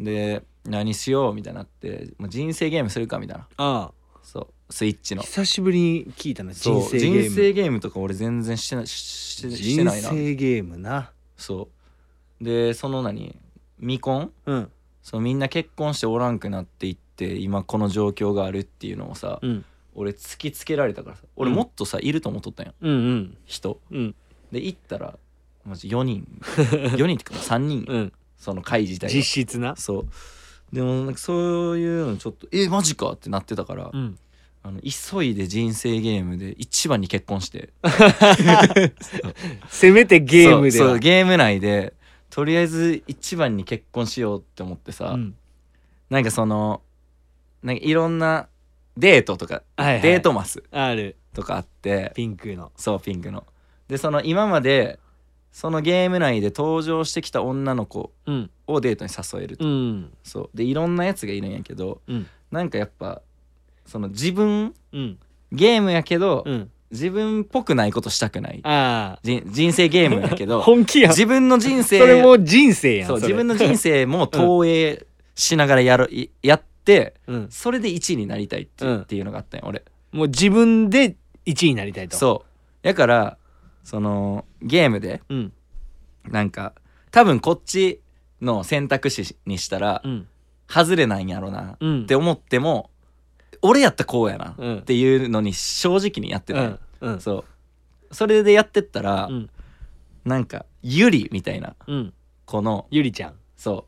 [SPEAKER 1] うで何しようみたいになって、まあ、人生ゲームするかみたいな
[SPEAKER 2] あ
[SPEAKER 1] そうスイッチ
[SPEAKER 2] あ
[SPEAKER 1] の
[SPEAKER 2] 久しぶりに聞いたな
[SPEAKER 1] そう
[SPEAKER 2] 人生ゲーム
[SPEAKER 1] 人生ゲームとか俺全然してないししてして
[SPEAKER 2] 人
[SPEAKER 1] ないな
[SPEAKER 2] 生ゲームな
[SPEAKER 1] そうでその何未婚
[SPEAKER 2] うん
[SPEAKER 1] そうみんな結婚しておらんくなっていって今この状況があるっていうのをさ、
[SPEAKER 2] うん
[SPEAKER 1] 俺突きつけられたからさ俺
[SPEAKER 2] うん
[SPEAKER 1] もっとさ、いると思っとったんや
[SPEAKER 2] うん
[SPEAKER 1] 人
[SPEAKER 2] うんうん
[SPEAKER 1] で行ったらマジ4人4 人ってかもう3人、
[SPEAKER 2] うん
[SPEAKER 1] その会自体が
[SPEAKER 2] 実質な
[SPEAKER 1] そうでもなんかそういうのちょっと「えマジか!」ってなってたから、
[SPEAKER 2] うん
[SPEAKER 1] あの急いで人生ゲームで一番に結婚して
[SPEAKER 2] せめてゲームで
[SPEAKER 1] そう
[SPEAKER 2] は
[SPEAKER 1] そうゲーム内でとりあえず一番に結婚しようって思ってさ、
[SPEAKER 2] うん
[SPEAKER 1] なんかそのなんかいろんなデートとか、
[SPEAKER 2] はいはい
[SPEAKER 1] デートマス
[SPEAKER 2] ある
[SPEAKER 1] とかあって
[SPEAKER 2] ピンクの
[SPEAKER 1] そうピンクのでその今までそのゲーム内で登場してきた女の子
[SPEAKER 2] うん
[SPEAKER 1] をデートに誘えると、
[SPEAKER 2] うん
[SPEAKER 1] そうでいろんなやつがいるんやけど
[SPEAKER 2] うん
[SPEAKER 1] なんかやっぱその自分
[SPEAKER 2] うん
[SPEAKER 1] ゲームやけど、
[SPEAKER 2] うん
[SPEAKER 1] 自分っぽくないことしたくない
[SPEAKER 2] あ
[SPEAKER 1] 人人生ゲームやけ
[SPEAKER 2] あ
[SPEAKER 1] ど
[SPEAKER 2] 本気やんそ
[SPEAKER 1] 自分の人生
[SPEAKER 2] れも人生やん
[SPEAKER 1] そう
[SPEAKER 2] そ
[SPEAKER 1] 自
[SPEAKER 2] れ
[SPEAKER 1] 分の人生も投影しながらやるいやって
[SPEAKER 2] うん
[SPEAKER 1] それで1位になりたいって,、
[SPEAKER 2] うん
[SPEAKER 1] っていうのがあったんよ俺
[SPEAKER 2] もう自分で1位になりたいと
[SPEAKER 1] そうだからそのゲームで
[SPEAKER 2] ううん
[SPEAKER 1] なんか多分こっちの選択肢にしたら
[SPEAKER 2] うん
[SPEAKER 1] 外れなんやろなっ
[SPEAKER 2] うん
[SPEAKER 1] て思っても俺やったらこうやな
[SPEAKER 2] うん
[SPEAKER 1] っていうのに正直にやって
[SPEAKER 2] う
[SPEAKER 1] たんよ
[SPEAKER 2] んうん
[SPEAKER 1] そうそれでやってったら、
[SPEAKER 2] うん
[SPEAKER 1] なんかユリみたいな
[SPEAKER 2] うん
[SPEAKER 1] この
[SPEAKER 2] ゆりちゃん
[SPEAKER 1] そ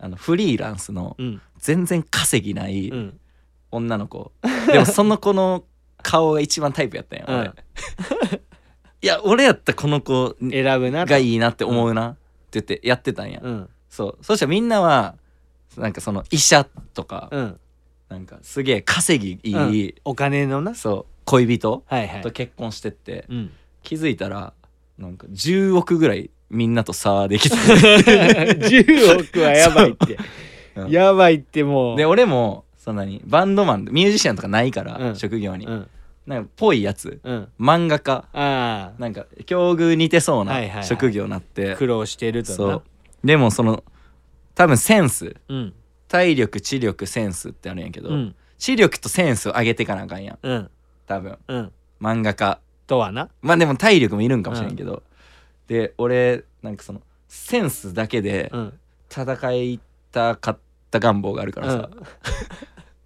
[SPEAKER 1] うあのフリーランスの
[SPEAKER 2] うん
[SPEAKER 1] 全然稼ぎない
[SPEAKER 2] うん
[SPEAKER 1] 女の子、 でもその子の顔が一番タイプやったんや、
[SPEAKER 2] うん
[SPEAKER 1] 俺いや俺やったらこの子
[SPEAKER 2] 選ぶなと
[SPEAKER 1] がいいなって思うなって言ってやってたんや、
[SPEAKER 2] うん
[SPEAKER 1] そうそしたらみんなはなんかその医者とか、
[SPEAKER 2] うん
[SPEAKER 1] なんかすげえ稼ぎいい、
[SPEAKER 2] お金のな
[SPEAKER 1] そう恋人
[SPEAKER 2] はいはい
[SPEAKER 1] と結婚してって、
[SPEAKER 2] うん
[SPEAKER 1] 気づいたらなんか10億ぐらいみんなと差で きて
[SPEAKER 2] 10億はやばいって
[SPEAKER 1] うん
[SPEAKER 2] やばいってもう
[SPEAKER 1] で俺もそんなにバンドマンミュージシャンとかないから、
[SPEAKER 2] うん
[SPEAKER 1] 職業に、
[SPEAKER 2] うん
[SPEAKER 1] なんかぽいやつ
[SPEAKER 2] うん
[SPEAKER 1] 漫画家
[SPEAKER 2] あ
[SPEAKER 1] なんか境遇似てそう
[SPEAKER 2] はいはいは
[SPEAKER 1] ない職業になって、
[SPEAKER 2] あ苦労してるとな
[SPEAKER 1] そうでもその多分センス
[SPEAKER 2] うん
[SPEAKER 1] 体力知力センスってあるんやけど、
[SPEAKER 2] うん
[SPEAKER 1] 知力とセンスを上げてかなあかんやん
[SPEAKER 2] うん
[SPEAKER 1] 多分
[SPEAKER 2] うん
[SPEAKER 1] 漫画家
[SPEAKER 2] とはな
[SPEAKER 1] まあでも体力もいるんかもしれんけど、で俺なんかそのセンスだけで
[SPEAKER 2] うん
[SPEAKER 1] 戦いたかった願望があるか
[SPEAKER 2] う
[SPEAKER 1] らさ、
[SPEAKER 2] ん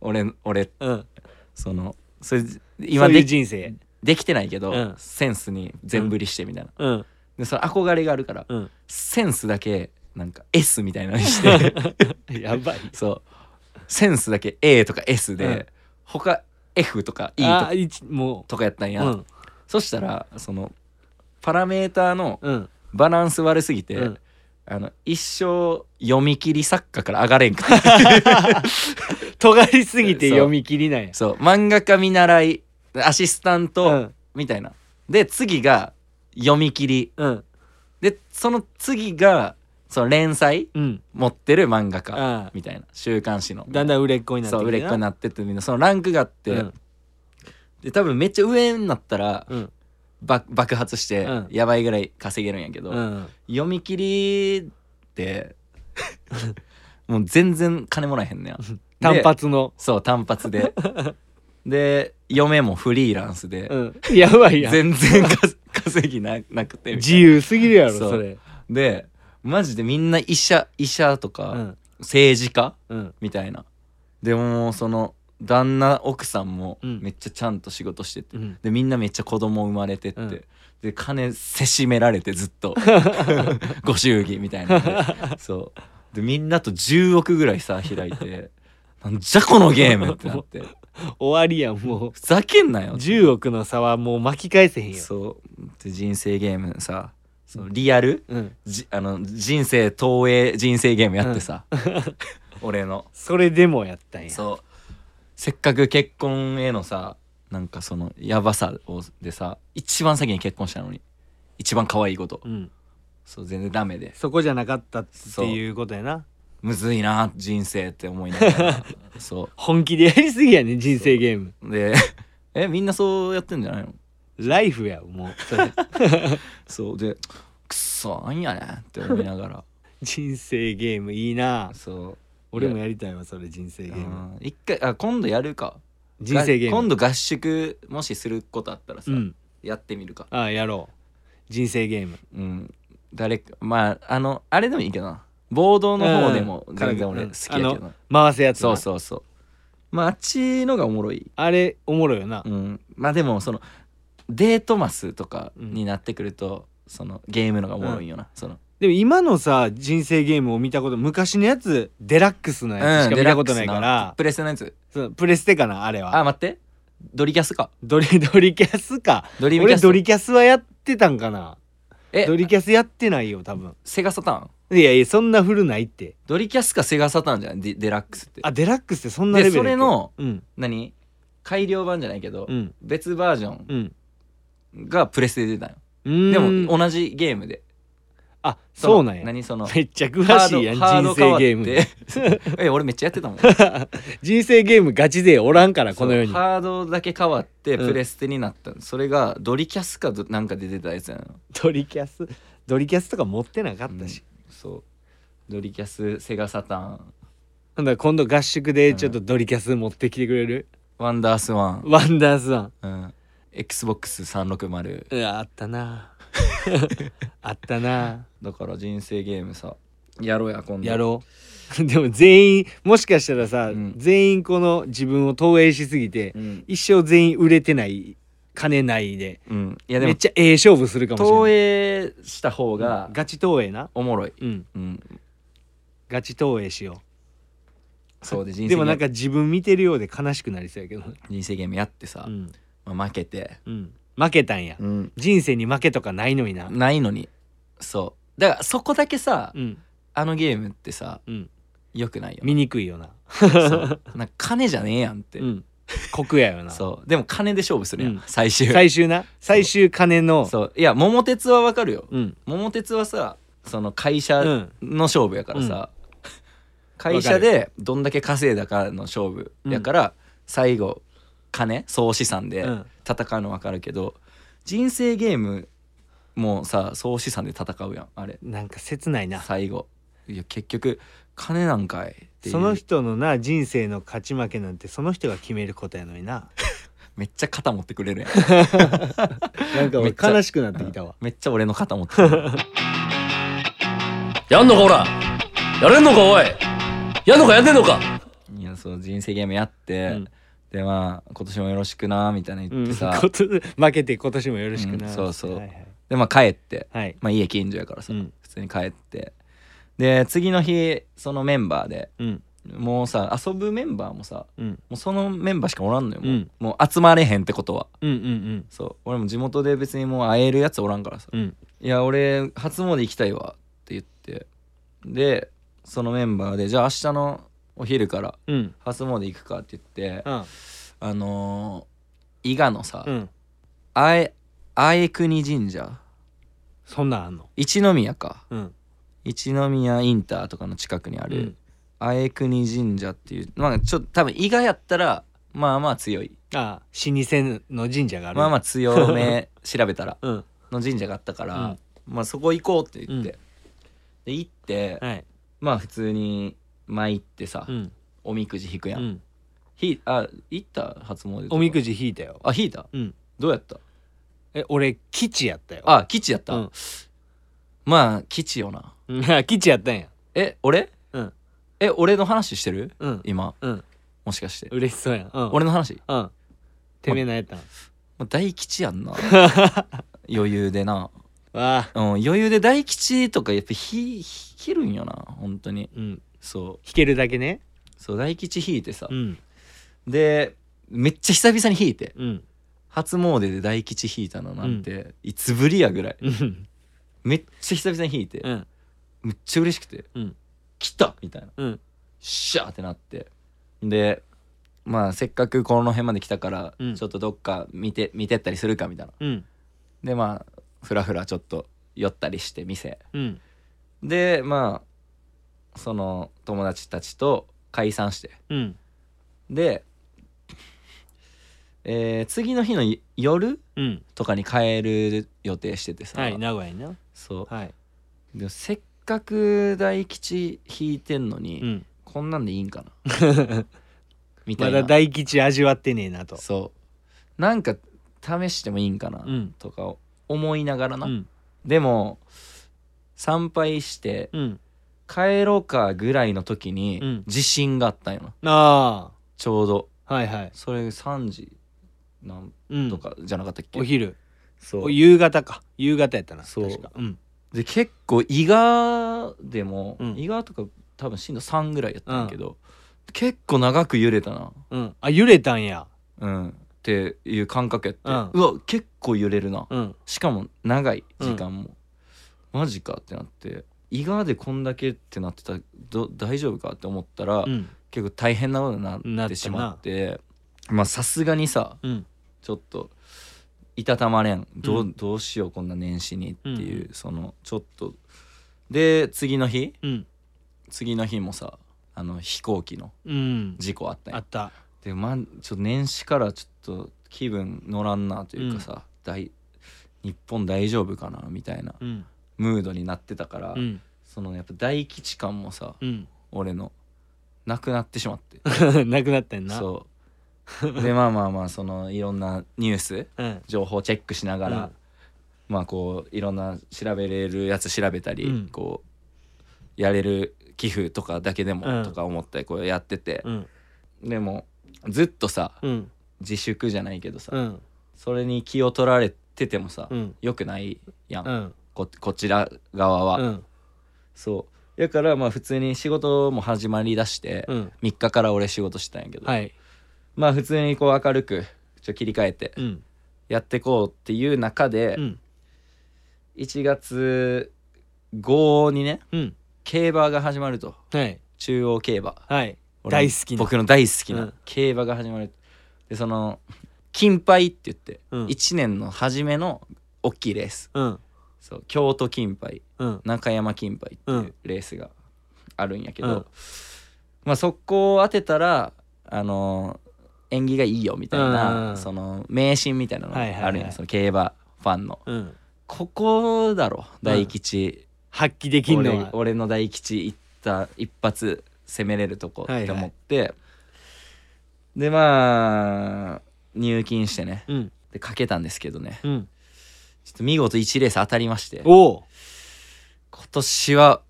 [SPEAKER 1] 俺俺
[SPEAKER 2] うん
[SPEAKER 1] そのそれ今
[SPEAKER 2] 今そういう
[SPEAKER 1] でき
[SPEAKER 2] 人生
[SPEAKER 1] できてないけど、
[SPEAKER 2] うん
[SPEAKER 1] センスに全振りしてみたいな、
[SPEAKER 2] うん
[SPEAKER 1] でその憧れがあるから、
[SPEAKER 2] うん
[SPEAKER 1] センスだけなんか S みたいなのにして
[SPEAKER 2] やばい
[SPEAKER 1] そうセンスだけ A とか S で、
[SPEAKER 2] うん
[SPEAKER 1] 他 F とか E とか
[SPEAKER 2] あーいちも
[SPEAKER 1] とかやったん
[SPEAKER 2] う
[SPEAKER 1] や、
[SPEAKER 2] うん
[SPEAKER 1] そしたらそのパラメーターの
[SPEAKER 2] うん
[SPEAKER 1] バランス悪すぎて、
[SPEAKER 2] うん
[SPEAKER 1] あの一生読み切り作家から上がれ んかった
[SPEAKER 2] 尖りすぎて読み切りなんや
[SPEAKER 1] そう漫画家見習いアシスタント、
[SPEAKER 2] うん
[SPEAKER 1] みたいなで次が読み切り
[SPEAKER 2] うん
[SPEAKER 1] でその次がその連載
[SPEAKER 2] うん
[SPEAKER 1] 持ってる漫画家
[SPEAKER 2] ああ
[SPEAKER 1] みたいな週刊誌の
[SPEAKER 2] だんだん売れっ子になって
[SPEAKER 1] そう
[SPEAKER 2] き
[SPEAKER 1] 売
[SPEAKER 2] て
[SPEAKER 1] れっ子になってってみんなそのランクがあって、
[SPEAKER 2] うん
[SPEAKER 1] で多分めっちゃ上になったら、
[SPEAKER 2] うん
[SPEAKER 1] ば爆発して、
[SPEAKER 2] うん
[SPEAKER 1] やばいぐらい稼げるんやけど、
[SPEAKER 2] うん
[SPEAKER 1] 読み切りって もう全然金もらえへんねや
[SPEAKER 2] 単
[SPEAKER 1] で
[SPEAKER 2] 発の
[SPEAKER 1] そう単発 でで嫁もフリーランスで、
[SPEAKER 2] うんやばいやん
[SPEAKER 1] 全然か稼ぎななくてみた
[SPEAKER 2] 自
[SPEAKER 1] いな
[SPEAKER 2] 由すぎるやろ
[SPEAKER 1] そう
[SPEAKER 2] それ
[SPEAKER 1] でマジでみんな医者医者と
[SPEAKER 2] う
[SPEAKER 1] か
[SPEAKER 2] ん
[SPEAKER 1] 政治家
[SPEAKER 2] うん
[SPEAKER 1] みたいなでもうその旦那奥さんも
[SPEAKER 2] うん
[SPEAKER 1] めっちゃちゃんと仕事してて、
[SPEAKER 2] うん
[SPEAKER 1] でみんなめっちゃ子供生まれてって、
[SPEAKER 2] うん
[SPEAKER 1] で金せしめられてずっ とご祝儀みたいなのでそうでみんなと10億ぐらいさ開い てなんじゃこのゲームってなって
[SPEAKER 2] 終わりやんもう
[SPEAKER 1] ふざけんなよって
[SPEAKER 2] 10億の差はもう巻き返せへんよ
[SPEAKER 1] そうで人生ゲームさそのリアル
[SPEAKER 2] うん、
[SPEAKER 1] じあの人生投影人生ゲームやってさ、俺の
[SPEAKER 2] それでもやったんや
[SPEAKER 1] そうせっかく結婚へのさなんかそのやばさをでさ一番先に結婚したのに一番可愛いこと、
[SPEAKER 2] うん、
[SPEAKER 1] そう全然ダメで
[SPEAKER 2] そこじゃなかったっていうことやな
[SPEAKER 1] むずいな人生って思いなが らそ
[SPEAKER 2] 本気でやりすぎやね人生ゲーム
[SPEAKER 1] うでえみんなそうやってんじゃないの
[SPEAKER 2] ライフやもうそれ
[SPEAKER 1] そうでくっそなんやねんって思いなが ら
[SPEAKER 2] 人生ゲームいいな
[SPEAKER 1] そう
[SPEAKER 2] 俺もやりたいわそれ人生ゲーム
[SPEAKER 1] うん一回あ今度やるか
[SPEAKER 2] 人生ゲーム
[SPEAKER 1] が今度合宿もしすることあったらさ、
[SPEAKER 2] うん
[SPEAKER 1] やってみるか
[SPEAKER 2] ああやろう人生ゲーム
[SPEAKER 1] うん誰かまああのあれでもいいけどな暴動の方でも
[SPEAKER 2] うん
[SPEAKER 1] 全然俺
[SPEAKER 2] うん
[SPEAKER 1] 好きやけどな、
[SPEAKER 2] 回すやつな
[SPEAKER 1] そうそうそうまああっちのがおもろい
[SPEAKER 2] あれおもろいよな
[SPEAKER 1] うんまあでもそのデートマスとかになってくると、そのゲームのがおもろいよな、その
[SPEAKER 2] でも今のさ人生ゲームを見たこと昔のやつデラックスのやつしか見たことないか
[SPEAKER 1] デラックス
[SPEAKER 2] ら
[SPEAKER 1] なプレスのやつ
[SPEAKER 2] そうプレステかなあれ
[SPEAKER 1] あ
[SPEAKER 2] は
[SPEAKER 1] 待ってドリキャスか
[SPEAKER 2] ドリドリキャスか
[SPEAKER 1] ドリームキャ
[SPEAKER 2] 俺
[SPEAKER 1] スト
[SPEAKER 2] ドリキャスはやってたんかな
[SPEAKER 1] え
[SPEAKER 2] ドリキャスやってないよ多分
[SPEAKER 1] セガサターン
[SPEAKER 2] いやいやそんな古ないって
[SPEAKER 1] ドリキャスかセガサターンじゃないデデラックスって
[SPEAKER 2] あデラックスってそんなレベルやっけ
[SPEAKER 1] でそれの
[SPEAKER 2] うん
[SPEAKER 1] 何改良版じゃないけど、
[SPEAKER 2] うん
[SPEAKER 1] 別バージョン
[SPEAKER 2] うん
[SPEAKER 1] がプレステで出たよ
[SPEAKER 2] うーん
[SPEAKER 1] でも同じゲームで
[SPEAKER 2] あ
[SPEAKER 1] の
[SPEAKER 2] そうなんや
[SPEAKER 1] 何その
[SPEAKER 2] めっちゃ 詳しいやん
[SPEAKER 1] ハードハー
[SPEAKER 2] 人
[SPEAKER 1] ド
[SPEAKER 2] 生ゲー
[SPEAKER 1] 変わっ
[SPEAKER 2] ム
[SPEAKER 1] て え俺めっちゃやってたもん
[SPEAKER 2] 人生ゲームガチ勢おらんからこの
[SPEAKER 1] そ
[SPEAKER 2] 世
[SPEAKER 1] う
[SPEAKER 2] に
[SPEAKER 1] ハードだけ変わって
[SPEAKER 2] うん
[SPEAKER 1] プレステになったの、それがドリキャスかどなんかで出たやつやの
[SPEAKER 2] ドリキャスドリキャスとか持ってなかったし、
[SPEAKER 1] そうドリキャスセガサターン
[SPEAKER 2] ほんだら今度合宿でちょっとドリキャス持ってきてくれる、
[SPEAKER 1] ワンダースワン、
[SPEAKER 2] ワンダースワン
[SPEAKER 1] うん、XBOX360
[SPEAKER 2] うわあった なあったな
[SPEAKER 1] だから人生ゲームさやろうや今度
[SPEAKER 2] やろうでも全員もしかしたらさ、
[SPEAKER 1] うん
[SPEAKER 2] 全員この自分を投影しすぎて、
[SPEAKER 1] うん、
[SPEAKER 2] 一生全員売れてない金ないで
[SPEAKER 1] うん、いやで
[SPEAKER 2] めっ
[SPEAKER 1] も
[SPEAKER 2] ちゃええ勝負するかもしれない
[SPEAKER 1] 投影した方が
[SPEAKER 2] ガチ投影な
[SPEAKER 1] おもろい、
[SPEAKER 2] うん
[SPEAKER 1] うん、
[SPEAKER 2] ガチ投影しよ
[SPEAKER 1] そうで人
[SPEAKER 2] う
[SPEAKER 1] 生
[SPEAKER 2] でもなん
[SPEAKER 1] ゲー
[SPEAKER 2] か自分見てるようで悲しくなりそうやけど
[SPEAKER 1] ム人生ゲームやってさ
[SPEAKER 2] う、ん、
[SPEAKER 1] まあ、負けて、
[SPEAKER 2] うん、負けたんや、人生に負けとかないのにな
[SPEAKER 1] ないのにそうだからそこだけさ、
[SPEAKER 2] うん
[SPEAKER 1] あのゲームってさ
[SPEAKER 2] うん
[SPEAKER 1] よくないよ
[SPEAKER 2] 見にくいよな
[SPEAKER 1] そうなんか金じゃねえやんって、
[SPEAKER 2] うん酷やよな
[SPEAKER 1] そうでも金で勝負するやん、
[SPEAKER 2] うん
[SPEAKER 1] 最終
[SPEAKER 2] 最終な最終金の
[SPEAKER 1] そういや桃鉄はわかるよ
[SPEAKER 2] うん
[SPEAKER 1] 桃鉄はさその会
[SPEAKER 2] う
[SPEAKER 1] 社
[SPEAKER 2] ん
[SPEAKER 1] の勝負やからさ、会社でどんだけ稼いだかの勝負やから、最後金総資産で
[SPEAKER 2] うん
[SPEAKER 1] 戦うのわかるけど、人生ゲームもさ総資産で戦うやんあれ
[SPEAKER 2] なんか切ないな
[SPEAKER 1] 最後いや結局金なんかいっていう
[SPEAKER 2] その人のな人生の勝ち負けなんてその人が決めることやのにな
[SPEAKER 1] めっちゃ肩持ってくれるやん
[SPEAKER 2] なんか
[SPEAKER 1] 俺悲
[SPEAKER 2] しくなってきたわ
[SPEAKER 1] めっちゃ俺の肩持ってる やんのかほらやれんのかおいやんのかやってんのかいやそう人生ゲームやって、
[SPEAKER 2] うん
[SPEAKER 1] でまあ今年もよろしくなみたいな
[SPEAKER 2] う
[SPEAKER 1] 言っ
[SPEAKER 2] ん
[SPEAKER 1] てさ、
[SPEAKER 2] こと負けて今年もよろしくな
[SPEAKER 1] うんそうそう
[SPEAKER 2] はいはい
[SPEAKER 1] でまあ帰って、
[SPEAKER 2] はい
[SPEAKER 1] まあ、家近所やからさ、
[SPEAKER 2] うん
[SPEAKER 1] 普通に帰ってで次の日そのメンバーで
[SPEAKER 2] うん
[SPEAKER 1] もうさ遊ぶメンバーもさ
[SPEAKER 2] うん
[SPEAKER 1] もうそのメンバーしかおらんのよもう,、
[SPEAKER 2] うん
[SPEAKER 1] もう集まれへんってことは
[SPEAKER 2] うんうん
[SPEAKER 1] そう俺も地元で別にもう会えるやつおらんからさ
[SPEAKER 2] うんうん
[SPEAKER 1] いや俺初詣行きたいわって言ってでそのメンバーでじゃあ明日のお昼から
[SPEAKER 2] うん
[SPEAKER 1] 初詣行くかって言って
[SPEAKER 2] うん
[SPEAKER 1] あのー伊賀のさ
[SPEAKER 2] うん
[SPEAKER 1] あえあえ国神社
[SPEAKER 2] そんなんあんの
[SPEAKER 1] 一宮か
[SPEAKER 2] うん
[SPEAKER 1] 一宮インターとかの近くにあ
[SPEAKER 2] あ
[SPEAKER 1] るあえ国神社っていうまあちょっと多分伊賀やったらまあまあ強い
[SPEAKER 2] ああ老舗の神社がある
[SPEAKER 1] まあまあ強 め調べたら
[SPEAKER 2] あうん
[SPEAKER 1] の神社があったから、まあそこ行こうって言って、
[SPEAKER 2] う
[SPEAKER 1] で行って、
[SPEAKER 2] はい
[SPEAKER 1] まあ普通に参ってさ、
[SPEAKER 2] うん
[SPEAKER 1] おみくじ引く
[SPEAKER 2] う
[SPEAKER 1] やん、
[SPEAKER 2] ん
[SPEAKER 1] ひあ行った初詣とか
[SPEAKER 2] おみくじ引いたよ
[SPEAKER 1] あ引いた
[SPEAKER 2] うん
[SPEAKER 1] どうやった
[SPEAKER 2] え俺基地やったよ
[SPEAKER 1] あ吉やった、
[SPEAKER 2] うん
[SPEAKER 1] まあ吉よな
[SPEAKER 2] あ基地やったんや
[SPEAKER 1] え俺
[SPEAKER 2] うん
[SPEAKER 1] え俺の話してる
[SPEAKER 2] うん
[SPEAKER 1] 今
[SPEAKER 2] うん
[SPEAKER 1] もしかして
[SPEAKER 2] 嬉しそうやんうん
[SPEAKER 1] 俺の話
[SPEAKER 2] うんてめえなんやったんわ
[SPEAKER 1] もう大吉やん な余裕でな、
[SPEAKER 2] あ
[SPEAKER 1] うん、余裕で大吉とかやっぱひ引けるんよな本当に
[SPEAKER 2] うん
[SPEAKER 1] そう
[SPEAKER 2] 弾けるだけね
[SPEAKER 1] そう大吉引いてさ、
[SPEAKER 2] うん
[SPEAKER 1] でめっちゃ久々に引いて
[SPEAKER 2] うん
[SPEAKER 1] 初詣で大吉引いたのなんて、いつぶりやぐらい
[SPEAKER 2] うん
[SPEAKER 1] めっちゃ久々に弾いて、
[SPEAKER 2] うん
[SPEAKER 1] めっちゃ嬉しくて
[SPEAKER 2] うん
[SPEAKER 1] 来たみたいな
[SPEAKER 2] うん
[SPEAKER 1] シャーってなってでまあせっかくこの辺まで来たから、
[SPEAKER 2] うん
[SPEAKER 1] ちょっとどっか見て見てったりするかみたいな
[SPEAKER 2] うん
[SPEAKER 1] でまあふらふらちょっと寄ったりして店
[SPEAKER 2] うん
[SPEAKER 1] でまあその友達たちと解散して
[SPEAKER 2] うん
[SPEAKER 1] で、えー次の日のい夜
[SPEAKER 2] うん
[SPEAKER 1] とかに帰る予定しててさ、
[SPEAKER 2] はい名古屋にな
[SPEAKER 1] そう
[SPEAKER 2] はい
[SPEAKER 1] でもせっかく大吉弾いてんのに、
[SPEAKER 2] うん
[SPEAKER 1] こんなんでいいん かなみた
[SPEAKER 2] ま
[SPEAKER 1] いな
[SPEAKER 2] だ大吉味わってねえなと
[SPEAKER 1] そうなんか試してもいいんかな、
[SPEAKER 2] うん
[SPEAKER 1] とか思いながら
[SPEAKER 2] う
[SPEAKER 1] な、
[SPEAKER 2] ん
[SPEAKER 1] でも参拝して
[SPEAKER 2] うん
[SPEAKER 1] 帰ろうかぐらいの時に、
[SPEAKER 2] うん
[SPEAKER 1] 地震があったんよな
[SPEAKER 2] あ
[SPEAKER 1] ちょうど
[SPEAKER 2] あはいはい
[SPEAKER 1] それ3時なん
[SPEAKER 2] うん
[SPEAKER 1] とかじゃなかったっけ、
[SPEAKER 2] お昼
[SPEAKER 1] そう
[SPEAKER 2] お夕方か夕方やったな
[SPEAKER 1] そう
[SPEAKER 2] 確かうん
[SPEAKER 1] で結構伊賀でも、
[SPEAKER 2] うん
[SPEAKER 1] 伊賀とか多分震度3ぐらいやったんやけど、結構長く揺れたな
[SPEAKER 2] うんあ揺れたんや
[SPEAKER 1] うんっていう感覚やって、
[SPEAKER 2] うん
[SPEAKER 1] うわ結構揺れるな、
[SPEAKER 2] うん
[SPEAKER 1] しかも長い時間も、マジかってなって伊賀でこんだけってなってたらど大丈夫かって思ったら、
[SPEAKER 2] うん
[SPEAKER 1] 結構大変なことに
[SPEAKER 2] な
[SPEAKER 1] な
[SPEAKER 2] っ
[SPEAKER 1] ったて
[SPEAKER 2] な
[SPEAKER 1] しまってまあさすがにさ
[SPEAKER 2] うん
[SPEAKER 1] ちょっといたたまれんどう,、
[SPEAKER 2] うん
[SPEAKER 1] どうしようこんな年始にっていう
[SPEAKER 2] う、ん
[SPEAKER 1] そのちょっとで次の日
[SPEAKER 2] うん
[SPEAKER 1] 次の日もさあの飛行機の
[SPEAKER 2] うん
[SPEAKER 1] 事故あったん
[SPEAKER 2] あ
[SPEAKER 1] や
[SPEAKER 2] った
[SPEAKER 1] でまあちょっと年始からちょっと気分乗らんなというかさ、大日本大丈夫かなみたいな
[SPEAKER 2] うん
[SPEAKER 1] ムードになってたから、
[SPEAKER 2] うん
[SPEAKER 1] そのやっぱ大吉感もさ
[SPEAKER 2] うん
[SPEAKER 1] 俺のなくなってしまって
[SPEAKER 2] なくなったんな
[SPEAKER 1] そうでまあまあまあそのいろんなニュース
[SPEAKER 2] うん
[SPEAKER 1] 情報チェックしながら、
[SPEAKER 2] うん
[SPEAKER 1] まあこういろんな調べれるやつ調べたり、
[SPEAKER 2] うん
[SPEAKER 1] こうやれる寄付とかだけで
[SPEAKER 2] うん
[SPEAKER 1] もとか思ってこうやってて
[SPEAKER 2] う、ん
[SPEAKER 1] でもずっとさ
[SPEAKER 2] うん
[SPEAKER 1] 自粛じゃないけどさ、
[SPEAKER 2] うん
[SPEAKER 1] それに気を取られててもさ、
[SPEAKER 2] うん
[SPEAKER 1] よくないやん、
[SPEAKER 2] うん
[SPEAKER 1] ここちら側は、
[SPEAKER 2] うん
[SPEAKER 1] そうだからまあ普通に仕事も始まりだして、
[SPEAKER 2] うん
[SPEAKER 1] 3日から俺仕事してたんやけど、
[SPEAKER 2] はい
[SPEAKER 1] まあ普通にこう明るくちょ切り替えて
[SPEAKER 2] うん
[SPEAKER 1] やってこうっていう中で、
[SPEAKER 2] うん
[SPEAKER 1] 1月5にね
[SPEAKER 2] うん
[SPEAKER 1] 競馬が始まると
[SPEAKER 2] はい
[SPEAKER 1] 中央競馬
[SPEAKER 2] はい
[SPEAKER 1] 俺の
[SPEAKER 2] 大好きな
[SPEAKER 1] 僕の大好き
[SPEAKER 2] うん
[SPEAKER 1] な競馬が始まる、でその金杯って言って、
[SPEAKER 2] うん
[SPEAKER 1] 1年の初めの大きいレース
[SPEAKER 2] うん
[SPEAKER 1] そう京都金杯
[SPEAKER 2] うん
[SPEAKER 1] 中山金杯って
[SPEAKER 2] う
[SPEAKER 1] い
[SPEAKER 2] ん
[SPEAKER 1] うレースがあるんやけど、
[SPEAKER 2] うん
[SPEAKER 1] まあそこを当てたらあの縁起がいいよみたい
[SPEAKER 2] うんうん
[SPEAKER 1] な、
[SPEAKER 2] うん
[SPEAKER 1] その迷信みたいなのがあるんや、
[SPEAKER 2] はいはいはい
[SPEAKER 1] その競馬ファンの
[SPEAKER 2] うん
[SPEAKER 1] ここだろ大吉、
[SPEAKER 2] 発揮できんの
[SPEAKER 1] 俺
[SPEAKER 2] は
[SPEAKER 1] 俺の大吉行った一発攻めれるとこって思って、でまあ入金してね
[SPEAKER 2] うん
[SPEAKER 1] でかけたんですけどね
[SPEAKER 2] うん
[SPEAKER 1] ちょっと見事1レース当たりまして今
[SPEAKER 2] おお
[SPEAKER 1] 年は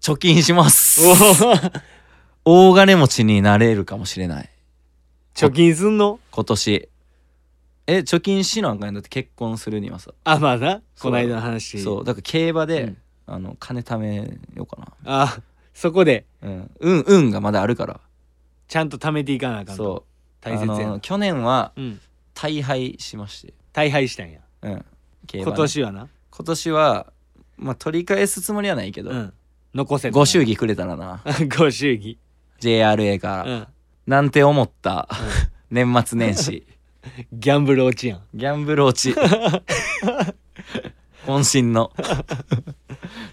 [SPEAKER 1] 貯金します
[SPEAKER 2] おお
[SPEAKER 1] 大金持ちになれるかもしれない
[SPEAKER 2] 貯金すんの
[SPEAKER 1] 今年え貯金しなあかんやんだって結婚するにはさ
[SPEAKER 2] あまあな
[SPEAKER 1] そ
[SPEAKER 2] こ
[SPEAKER 1] う
[SPEAKER 2] ないだの話
[SPEAKER 1] そうだから競馬で、
[SPEAKER 2] うん
[SPEAKER 1] あの金貯めようか
[SPEAKER 2] あそこで
[SPEAKER 1] な、うん、運運がまだあるから
[SPEAKER 2] ちゃんと貯めていかなあかんと
[SPEAKER 1] そう
[SPEAKER 2] 大切や
[SPEAKER 1] あ
[SPEAKER 2] な
[SPEAKER 1] の去年は
[SPEAKER 2] うん
[SPEAKER 1] 大敗しまして、
[SPEAKER 2] 大敗したんや
[SPEAKER 1] うん、競馬ね
[SPEAKER 2] 今年はな
[SPEAKER 1] 今年は、まあ、取り返すつもりはないけど、
[SPEAKER 2] うん残せた
[SPEAKER 1] ご祝儀くれたらな
[SPEAKER 2] ご祝儀
[SPEAKER 1] JRA から、
[SPEAKER 2] うん
[SPEAKER 1] なんて思った、 年末年始
[SPEAKER 2] ギャンブル落ちやん
[SPEAKER 1] ギャンブル落ち 渾身 の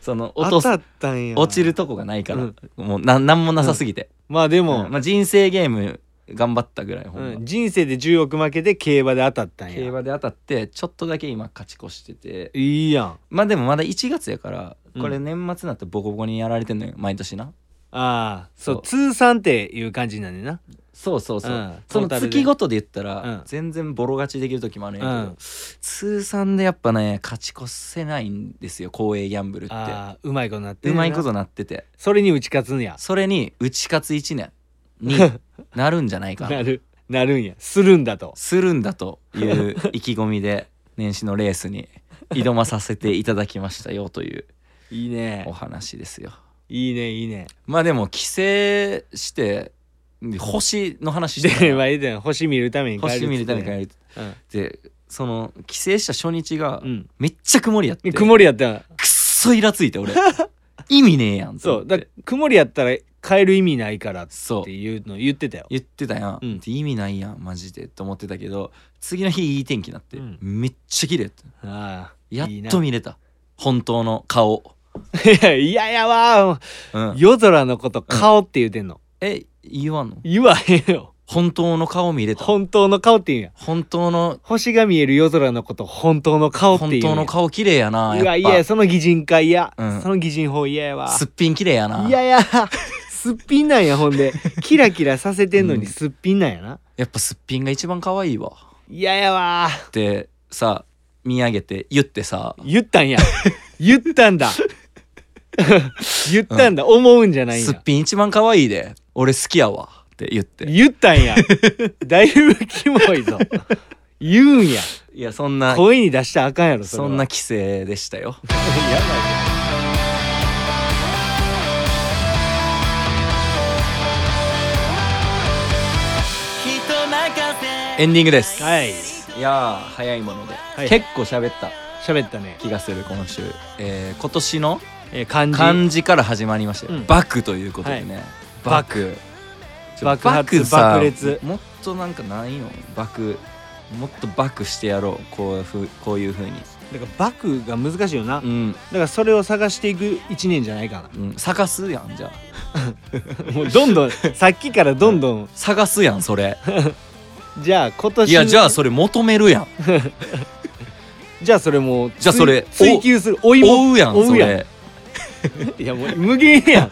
[SPEAKER 1] その
[SPEAKER 2] 当
[SPEAKER 1] 落と
[SPEAKER 2] たったんや
[SPEAKER 1] 落ちるとこがないから、
[SPEAKER 2] うん
[SPEAKER 1] もうななんもなさすぎて、
[SPEAKER 2] まあで
[SPEAKER 1] もう
[SPEAKER 2] も
[SPEAKER 1] まあ、人生ゲーム頑張ったぐらい、ほんま
[SPEAKER 2] うん人生で10億負けて競馬で当たったんや
[SPEAKER 1] 競馬で当たってちょっとだけ今勝ち越してて
[SPEAKER 2] いいやん
[SPEAKER 1] まあでもまだ1月やから
[SPEAKER 2] うん
[SPEAKER 1] これ年末になってボコボコにやられてんのよ毎年な
[SPEAKER 2] ああそう
[SPEAKER 1] そう
[SPEAKER 2] 通算っていう感じなんでな
[SPEAKER 1] そうそうそう、
[SPEAKER 2] うん
[SPEAKER 1] そ
[SPEAKER 2] ト
[SPEAKER 1] の
[SPEAKER 2] ータルで
[SPEAKER 1] 月ごとで言った
[SPEAKER 2] うん
[SPEAKER 1] ら全然ボロ勝ちできる時もあるんやけど、
[SPEAKER 2] うん
[SPEAKER 1] 通算でやっぱね勝ち越せないんですよ公営ギャンブルって
[SPEAKER 2] ああうまいことなって
[SPEAKER 1] う
[SPEAKER 2] るな
[SPEAKER 1] まいことなってて
[SPEAKER 2] それに打ち勝つんや
[SPEAKER 1] それに打ち勝つ1年 になるんじゃないか
[SPEAKER 2] な
[SPEAKER 1] な
[SPEAKER 2] るなるんやするんだと
[SPEAKER 1] するんだという意気込みで年始のレースに挑まさせていただきましたよという
[SPEAKER 2] いいね
[SPEAKER 1] お話ですよ。
[SPEAKER 2] いいねいいね
[SPEAKER 1] まあでも帰省して星の話してた
[SPEAKER 2] で
[SPEAKER 1] よ
[SPEAKER 2] まあいいだよ星見るために帰る
[SPEAKER 1] 星見るために帰る
[SPEAKER 2] うん
[SPEAKER 1] ってその帰省した初日が
[SPEAKER 2] うん
[SPEAKER 1] めっちゃ曇りやって、
[SPEAKER 2] 曇りやったら
[SPEAKER 1] くっそイラつい て俺意味ねえやんと
[SPEAKER 2] そ
[SPEAKER 1] 思っ
[SPEAKER 2] う
[SPEAKER 1] て
[SPEAKER 2] だ曇りやったら変える意味ないからっ
[SPEAKER 1] そう
[SPEAKER 2] ていうの言ってたよ
[SPEAKER 1] 言ってたやん、
[SPEAKER 2] うん
[SPEAKER 1] 意味ないやんマジでと思ってたけど次の日いい天気になって、
[SPEAKER 2] うん
[SPEAKER 1] めっちゃ綺麗やった
[SPEAKER 2] ああ
[SPEAKER 1] やっ
[SPEAKER 2] いいな
[SPEAKER 1] と見れた本当の顔、
[SPEAKER 2] いや いややわ
[SPEAKER 1] うん、
[SPEAKER 2] 夜空のこと顔って言うてんの、
[SPEAKER 1] え言わんの
[SPEAKER 2] 言わへんよ
[SPEAKER 1] 本当の顔見れた
[SPEAKER 2] 本当の顔って言うんや
[SPEAKER 1] 本当の
[SPEAKER 2] 星が見える夜空のこと本当の顔って
[SPEAKER 1] 本
[SPEAKER 2] 言うんや
[SPEAKER 1] 当の顔綺麗やなやっ
[SPEAKER 2] う
[SPEAKER 1] ぱ
[SPEAKER 2] わいやその擬人化嫌、
[SPEAKER 1] うん
[SPEAKER 2] その擬人法嫌やわ
[SPEAKER 1] すっぴん綺麗やない
[SPEAKER 2] やいやすっぴんなんやほんでキラキラさせてんの
[SPEAKER 1] うん
[SPEAKER 2] にすっぴんなんやな
[SPEAKER 1] やっぱすっぴんが一番可愛いわ
[SPEAKER 2] 嫌ややわ
[SPEAKER 1] ってさ見上げて言ってさ
[SPEAKER 2] 言った んや言ったんだ言ったんだ、思うんじゃないん
[SPEAKER 1] すっ
[SPEAKER 2] や
[SPEAKER 1] ぴん一番可愛いで俺好きやわって言って
[SPEAKER 2] 言った んやだいぶキモいぞ言うんや
[SPEAKER 1] いやそんな
[SPEAKER 2] 声に出したらあかんやろそれ
[SPEAKER 1] そ
[SPEAKER 2] は
[SPEAKER 1] んな規制でしたよエンディングです、
[SPEAKER 2] はい
[SPEAKER 1] いやー早いもので、
[SPEAKER 2] い
[SPEAKER 1] 結構喋った
[SPEAKER 2] 喋ったね、
[SPEAKER 1] 気がする今週、えー今年の
[SPEAKER 2] えー、漢字
[SPEAKER 1] 漢字から始まりましたよ、
[SPEAKER 2] うん
[SPEAKER 1] バクということでね、バク
[SPEAKER 2] 爆発
[SPEAKER 1] バクさ
[SPEAKER 2] 爆裂
[SPEAKER 1] もっとなんかないよバクもっとバクしてやろうこういうふうこういうふうに、
[SPEAKER 2] だからバクが難しいよな、
[SPEAKER 1] う
[SPEAKER 2] だ
[SPEAKER 1] ん
[SPEAKER 2] からそれを探していく一年じゃない か
[SPEAKER 1] うん、探すやんじゃあ
[SPEAKER 2] なもうどん どんさっきからどんどん
[SPEAKER 1] 探すやんそれ
[SPEAKER 2] じゃあ今年
[SPEAKER 1] いやじゃあそれ求めるやん
[SPEAKER 2] じゃあそれもう
[SPEAKER 1] じゃあそれ
[SPEAKER 2] 追追求する追いも
[SPEAKER 1] 追うやん
[SPEAKER 2] 追
[SPEAKER 1] そう
[SPEAKER 2] やん
[SPEAKER 1] れ
[SPEAKER 2] いやもう無限 やん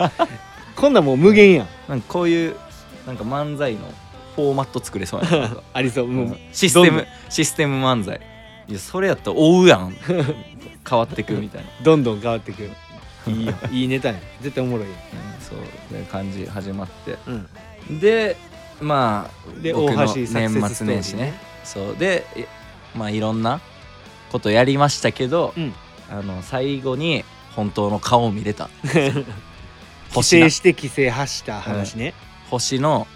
[SPEAKER 2] こんなんもう無限やん
[SPEAKER 1] なんかこういうなんか漫才のフォーマット作れそうやんなんか
[SPEAKER 2] ありそう もう
[SPEAKER 1] システ
[SPEAKER 2] どん
[SPEAKER 1] ム
[SPEAKER 2] ど
[SPEAKER 1] システム漫才いやそれやったら追うや ん変わってくみたいな、
[SPEAKER 2] どんどん変わってくるいいよ いいネタやん絶対おもろいよ
[SPEAKER 1] うん、そういう感じ始まって
[SPEAKER 2] うん
[SPEAKER 1] でまあ
[SPEAKER 2] で
[SPEAKER 1] 僕
[SPEAKER 2] 大
[SPEAKER 1] の
[SPEAKER 2] 橋
[SPEAKER 1] 年
[SPEAKER 2] サクセス
[SPEAKER 1] 末年始ねそうでいまあいろんなことやりましたけど、
[SPEAKER 2] うん
[SPEAKER 1] あの最後に本当の顔を見 れた
[SPEAKER 2] 規
[SPEAKER 1] 星な
[SPEAKER 2] 制して規制発した話ね、
[SPEAKER 1] 星の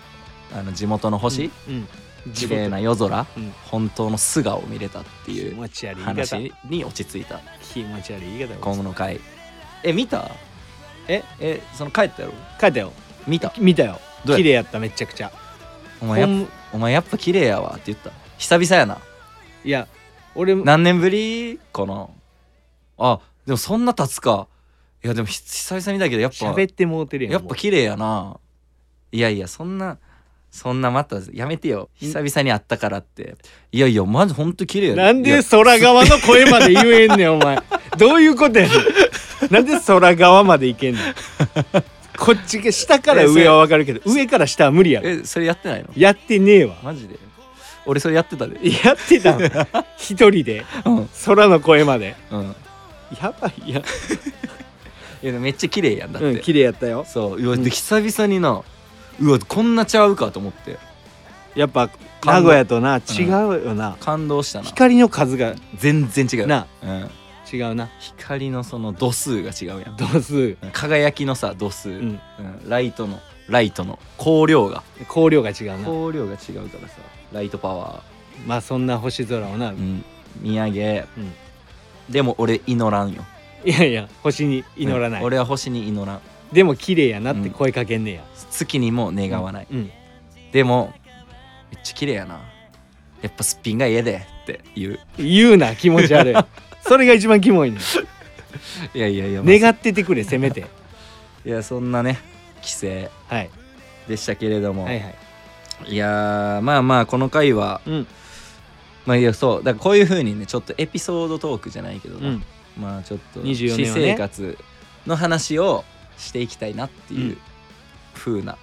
[SPEAKER 1] あの地元の星、
[SPEAKER 2] うん、うん、
[SPEAKER 1] 綺麗な夜空、
[SPEAKER 2] うん
[SPEAKER 1] 本当の素顔を見れたって
[SPEAKER 2] 気
[SPEAKER 1] いう
[SPEAKER 2] 持ち悪い言い方
[SPEAKER 1] 話に落ち着いた
[SPEAKER 2] 気持ち悪い言い方
[SPEAKER 1] 今後の回え見たええその帰ったやろ
[SPEAKER 2] 書いたよ
[SPEAKER 1] 見た
[SPEAKER 2] 見たよ
[SPEAKER 1] どうや
[SPEAKER 2] 綺麗やっためちゃくちゃ
[SPEAKER 1] お前や
[SPEAKER 2] ほ
[SPEAKER 1] っ
[SPEAKER 2] ん
[SPEAKER 1] お前やっぱ綺麗やわって言った久々やない
[SPEAKER 2] や俺も
[SPEAKER 1] 何年ぶりかなあでもそんな経つかいやでもひ久々にだけどやっぱ
[SPEAKER 2] 喋ってもうてるやん
[SPEAKER 1] やっぱ綺麗やないやいやそんなそんなまたやめてよ久々に会ったからっていやいやマジほんと綺麗やで
[SPEAKER 2] なん
[SPEAKER 1] いや
[SPEAKER 2] で空側の声まで言えん ねんお前どういうことやねんなんで空側までいけんねん こっちが下から上はわかるけど上から下は無理やろ
[SPEAKER 1] えそれやってないの
[SPEAKER 2] やってねえわ
[SPEAKER 1] マジで俺それやってたで
[SPEAKER 2] やってたの一人で
[SPEAKER 1] うんうん
[SPEAKER 2] 空の声まで
[SPEAKER 1] い
[SPEAKER 2] やばいや
[SPEAKER 1] やでもめっちゃ綺麗やんだって、
[SPEAKER 2] うん綺麗やったよ
[SPEAKER 1] そううわ
[SPEAKER 2] うん
[SPEAKER 1] で久々になうわこんなちゃうかと思って
[SPEAKER 2] やっぱ名古屋とな違うよな、
[SPEAKER 1] 感動したな
[SPEAKER 2] 光の数が
[SPEAKER 1] 全然違う
[SPEAKER 2] な
[SPEAKER 1] うん、
[SPEAKER 2] 違うな
[SPEAKER 1] 光のその度数が違うやん
[SPEAKER 2] 度数、
[SPEAKER 1] 輝きのさ度数、
[SPEAKER 2] う
[SPEAKER 1] うん
[SPEAKER 2] ん、
[SPEAKER 1] ライトのライトの光量が
[SPEAKER 2] 光量が違うな
[SPEAKER 1] 光量が違うからさライトパワ
[SPEAKER 2] まあそんな星空を
[SPEAKER 1] ー、
[SPEAKER 2] な、
[SPEAKER 1] うん、見上げ、
[SPEAKER 2] うん
[SPEAKER 1] でも俺祈らんよ
[SPEAKER 2] いやいや星に祈らない、
[SPEAKER 1] うん俺は星に祈らん
[SPEAKER 2] でも綺麗やなって声かけんねや、
[SPEAKER 1] 月にも願わない、
[SPEAKER 2] うん、
[SPEAKER 1] でもめっちゃ綺麗やなやっぱすっぴんがええでって言う
[SPEAKER 2] 言うな気持ち 悪いそれが一番キモいねん
[SPEAKER 1] いやいやいや、
[SPEAKER 2] 願っててくれせめて、
[SPEAKER 1] いやそんなね規制
[SPEAKER 2] はい、
[SPEAKER 1] でしたけれども、
[SPEAKER 2] はいはい
[SPEAKER 1] いやーまあまあこの回は
[SPEAKER 2] うん
[SPEAKER 1] まあいやそうだからこういう風にねちょっとエピソードトークじゃないけど
[SPEAKER 2] う
[SPEAKER 1] な、
[SPEAKER 2] ん
[SPEAKER 1] まあちょっと
[SPEAKER 2] 24
[SPEAKER 1] 私
[SPEAKER 2] 年はね
[SPEAKER 1] 生活の話をしていきたいなっていううん風な、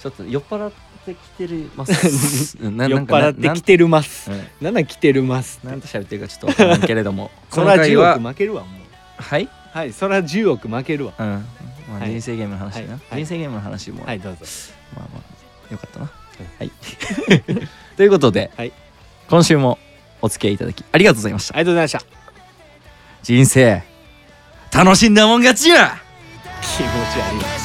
[SPEAKER 1] ちょっと酔っ払ってきてるます 酔っ
[SPEAKER 2] 酔っ払ってきてるます
[SPEAKER 1] うん
[SPEAKER 2] なんなん来てるます
[SPEAKER 1] なんと喋ってる かちょっと分からんけれどもこ
[SPEAKER 2] そ
[SPEAKER 1] の
[SPEAKER 2] ら
[SPEAKER 1] 回
[SPEAKER 2] 10
[SPEAKER 1] は
[SPEAKER 2] 億負けるわもう
[SPEAKER 1] はい、
[SPEAKER 2] はいそら10億負けるわ
[SPEAKER 1] うんまあ、
[SPEAKER 2] はい
[SPEAKER 1] 人生ゲームの話な、
[SPEAKER 2] はいはい
[SPEAKER 1] 人生ゲームの話も、
[SPEAKER 2] はいどうぞ
[SPEAKER 1] まあまあよかったなはい、という ことで、
[SPEAKER 2] はい
[SPEAKER 1] 今週もお付き合いいただきありがとうございました
[SPEAKER 2] ありがとうございました
[SPEAKER 1] 人生楽しんだもん勝ちや
[SPEAKER 2] 気持ち悪い